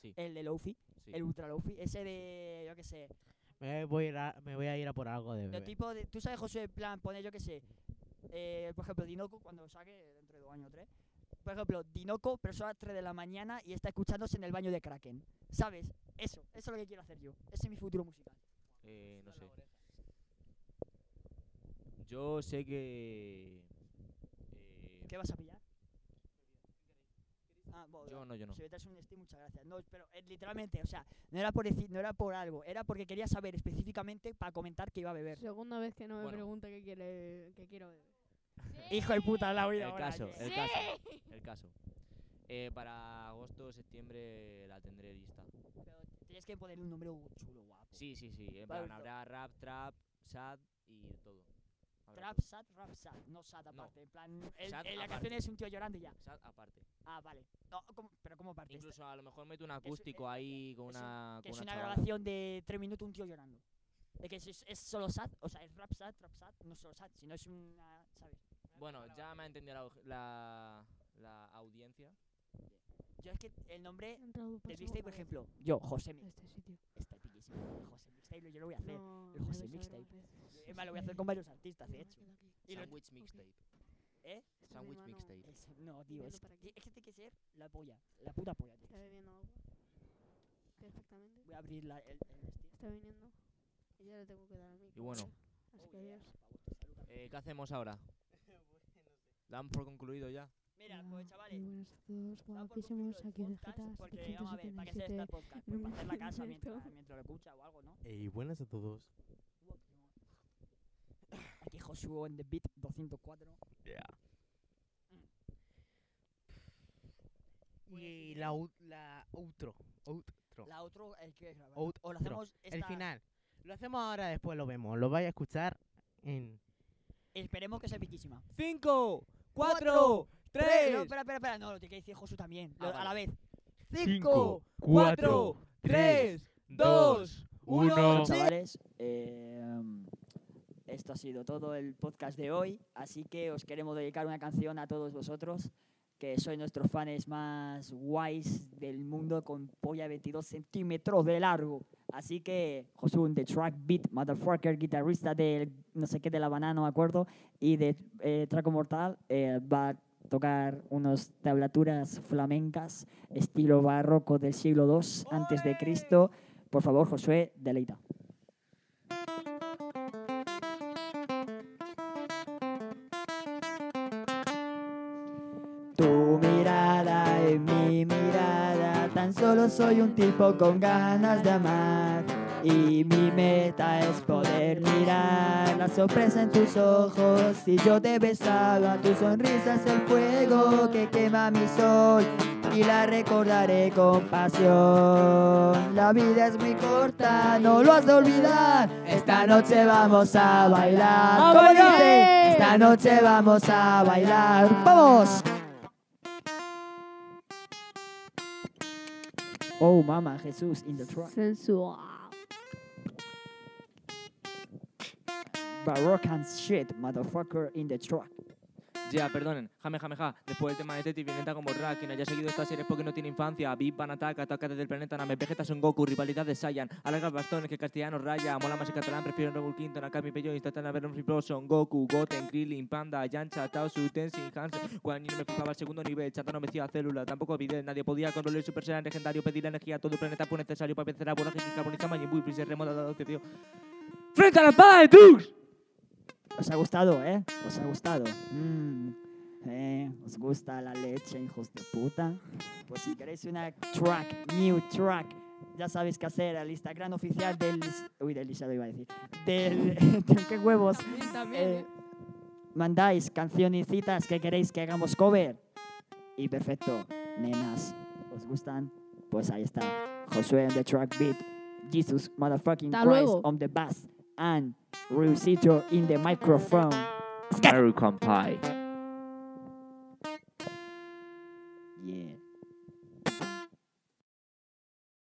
[SPEAKER 3] Sí.
[SPEAKER 1] El de Lofi.
[SPEAKER 3] Sí.
[SPEAKER 1] El Ultra Lofi. Ese de. Yo qué sé.
[SPEAKER 4] Me voy a ir a, me voy a, ir a por algo de
[SPEAKER 1] De
[SPEAKER 4] bebé.
[SPEAKER 1] tipo de. Tú sabes, José, en plan, pone yo qué sé. eh, por ejemplo, Dinoco, cuando saque dentro de dos años o tres. Por ejemplo, Dinoco, pero son las 3 de la mañana y está escuchándose en el baño de Kraken. ¿Sabes? Eso, eso es lo que quiero hacer yo. Ese es mi futuro musical.
[SPEAKER 3] Eh, no sé. Yo sé que... eh,
[SPEAKER 1] ¿Qué vas a pillar? Ah, bueno,
[SPEAKER 3] yo no, yo no.
[SPEAKER 1] Si me traes un Steam, muchas gracias. No, pero eh, literalmente, o sea, no era por decir, no era por algo, era porque quería saber específicamente para comentar que iba a beber.
[SPEAKER 6] Segunda vez que no me
[SPEAKER 3] Bueno.
[SPEAKER 6] pregunta qué, quiere, qué quiero beber.
[SPEAKER 1] Hijo de puta, la oído.
[SPEAKER 3] El
[SPEAKER 1] ahora,
[SPEAKER 3] caso,
[SPEAKER 1] yes.
[SPEAKER 3] el caso, el caso. Eh, para agosto, septiembre la tendré lista.
[SPEAKER 1] Pero tienes que ponerle un nombre chulo, guapo.
[SPEAKER 3] Sí, sí, sí. En
[SPEAKER 1] Vale,
[SPEAKER 3] plan,
[SPEAKER 1] lo-
[SPEAKER 3] habrá rap, trap, sad y de todo. Habrá
[SPEAKER 1] Trap
[SPEAKER 3] todo.
[SPEAKER 1] sad, rap sad, no sad
[SPEAKER 3] No.
[SPEAKER 1] aparte. En plan, el-
[SPEAKER 3] Sad
[SPEAKER 1] en la
[SPEAKER 3] aparte.
[SPEAKER 1] canción es un tío llorando y ya.
[SPEAKER 3] Sad aparte.
[SPEAKER 1] Ah, vale. No, ¿cómo- pero ¿cómo aparte? Esta-
[SPEAKER 3] Incluso a lo mejor meto un
[SPEAKER 1] un-
[SPEAKER 3] acústico
[SPEAKER 1] es-
[SPEAKER 3] ahí con
[SPEAKER 1] es un-
[SPEAKER 3] una.
[SPEAKER 1] que
[SPEAKER 3] con
[SPEAKER 1] es una
[SPEAKER 3] chavala.
[SPEAKER 1] grabación de tres minutos un tío llorando. Es que es, es- es solo sad, o sea, es rap sad, rap sad, no solo sad, sino es una, ¿sabes?
[SPEAKER 3] Bueno, ya me ha entendido la, la, la audiencia.
[SPEAKER 1] Yo es que el nombre del
[SPEAKER 6] ¿Te
[SPEAKER 1] mixtape, por ejemplo, yo, José Mi-
[SPEAKER 6] Este sitio.
[SPEAKER 1] Está piquísimo. El José Mixtape, yo lo voy a hacer.
[SPEAKER 6] No,
[SPEAKER 1] el José
[SPEAKER 6] debes
[SPEAKER 1] Mixtape.
[SPEAKER 6] saber más veces.
[SPEAKER 1] Es más, lo voy a hacer con varios artistas, de
[SPEAKER 6] Mira,
[SPEAKER 1] hecho.
[SPEAKER 6] me quedo aquí.
[SPEAKER 1] Y lo-
[SPEAKER 3] Sandwich mixtape.
[SPEAKER 1] ¿Eh?
[SPEAKER 6] Está mi
[SPEAKER 3] Sandwich
[SPEAKER 6] mano-
[SPEAKER 3] mixtape.
[SPEAKER 1] Es- no, tío,
[SPEAKER 6] Míralo
[SPEAKER 1] es,
[SPEAKER 6] para
[SPEAKER 1] que- es que tiene que ser la polla. La puta polla, tío.
[SPEAKER 6] Está bebiendo agua. Perfectamente.
[SPEAKER 1] Voy a abrir la, el, el este.
[SPEAKER 6] Está viniendo. Y ya le tengo que dar a mí.
[SPEAKER 3] Y bueno.
[SPEAKER 6] Así
[SPEAKER 1] Oh,
[SPEAKER 6] que
[SPEAKER 1] yeah,
[SPEAKER 6] adiós.
[SPEAKER 1] pa' gusto, salud, amigo.
[SPEAKER 3] Eh, ¿Qué hacemos ahora? Damos por concluido ya.
[SPEAKER 1] Mira,
[SPEAKER 6] Hola,
[SPEAKER 1] pues chavales,
[SPEAKER 6] Muy buenas a todos,
[SPEAKER 1] vamos por
[SPEAKER 6] guapísimos,
[SPEAKER 1] concluido
[SPEAKER 6] aquí
[SPEAKER 1] el
[SPEAKER 6] en
[SPEAKER 1] podcast,
[SPEAKER 6] Jetas,
[SPEAKER 1] Porque, vamos a ver, ¿para qué se
[SPEAKER 6] 577.
[SPEAKER 1] está el podcast? Pues para hacer la casa
[SPEAKER 6] Momento.
[SPEAKER 1] mientras, mientras lo escucha o algo, ¿no?
[SPEAKER 4] Y buenas a todos.
[SPEAKER 1] Aquí Josué on the beat 204.
[SPEAKER 4] Y la, ut- la outro. Outro.
[SPEAKER 1] Pues, La otra, el que es grabar.
[SPEAKER 4] Out-
[SPEAKER 1] O lo
[SPEAKER 4] otro.
[SPEAKER 1] hacemos esta,
[SPEAKER 4] El final. Lo hacemos ahora, después lo vemos. Lo vais a escuchar en...
[SPEAKER 1] Esperemos que sea piquísima.
[SPEAKER 4] 5,
[SPEAKER 1] cuatro, Eh, no, espera, espera, espera. No, lo tiene que decir Josu también.
[SPEAKER 3] Ah,
[SPEAKER 1] lo- A
[SPEAKER 3] vale.
[SPEAKER 1] la vez.
[SPEAKER 4] Cinco, cuatro, tres, dos, uno.
[SPEAKER 1] chavales. eh, esto ha sido todo el podcast de hoy, así que os queremos dedicar una canción a todos vosotros, que sois nuestros fans más guays del mundo con polla de 22 centímetros de largo. Así que, Josun, de Track Beat, motherfucker, guitarrista del no sé qué de La Banana, no me acuerdo, y de eh, Traco Mortal, eh, va a tocar unas tablaturas flamencas, estilo barroco del siglo II antes de Cristo. Por favor, Josué, deleita. Tu mirada es mi mirada, tan solo soy un tipo con ganas de amar y mi meta es poder mirar la sorpresa en tus ojos. Si yo te besaba, tu sonrisa es el fuego que quema mi sol y la recordaré con pasión. La vida es muy corta, no lo has de olvidar. Esta noche vamos a bailar. ¿Cómo dice? Esta noche vamos a bailar. ¡Vamos! Oh, mamá, Jesús, in the truck.
[SPEAKER 6] Sensual.
[SPEAKER 1] Baroque and shit, motherfucker, in the truck.
[SPEAKER 3] Ya, perdonen. Jame, jame, ja. Después del tema de Teti, violenta como Rack, quien haya seguido esta serie es porque no tiene infancia. Big Van Attack, ataca desde el planeta Namek, Vegeta Son Goku, rivalidad de Saiyan. Alarga bastones que castellano raya. Mola más el catalán, prefiero Rebel Quinton, Akami Pello, Instantana, Venom Pro, Son Goku, Goten, Krillin, Panda, Yancha, Taosu, Tenzin, Hansen. Cuando no me fijaba el segundo nivel, Chata no me hacía célula, tampoco Videl. Nadie podía controlar el Super Saiyan legendario, pedir la energía a todo el planeta fue necesario para vencer a Boraje, Carboniza, Majin Buu y Freezer remota a la dio. ¡Frente a la espada de Tux!
[SPEAKER 1] Os ha gustado, ¿eh? Os ha gustado. Mm. Eh, ¿Os gusta la leche, hijos de puta? Pues si queréis una track, new track, ya sabéis qué hacer al Instagram oficial del... lis- Uy, del listado iba a decir. Del... ¿Qué huevos?
[SPEAKER 6] También,
[SPEAKER 1] Eh, mandáis cancionicitas que queréis que hagamos cover. Y perfecto, nenas, ¿os gustan? Pues ahí está. Josué on the track beat. Jesus motherfucking
[SPEAKER 6] Hasta
[SPEAKER 1] Christ
[SPEAKER 6] luego.
[SPEAKER 1] on the bass. And Rusito in the microphone.
[SPEAKER 3] American Pie.
[SPEAKER 1] Yeah.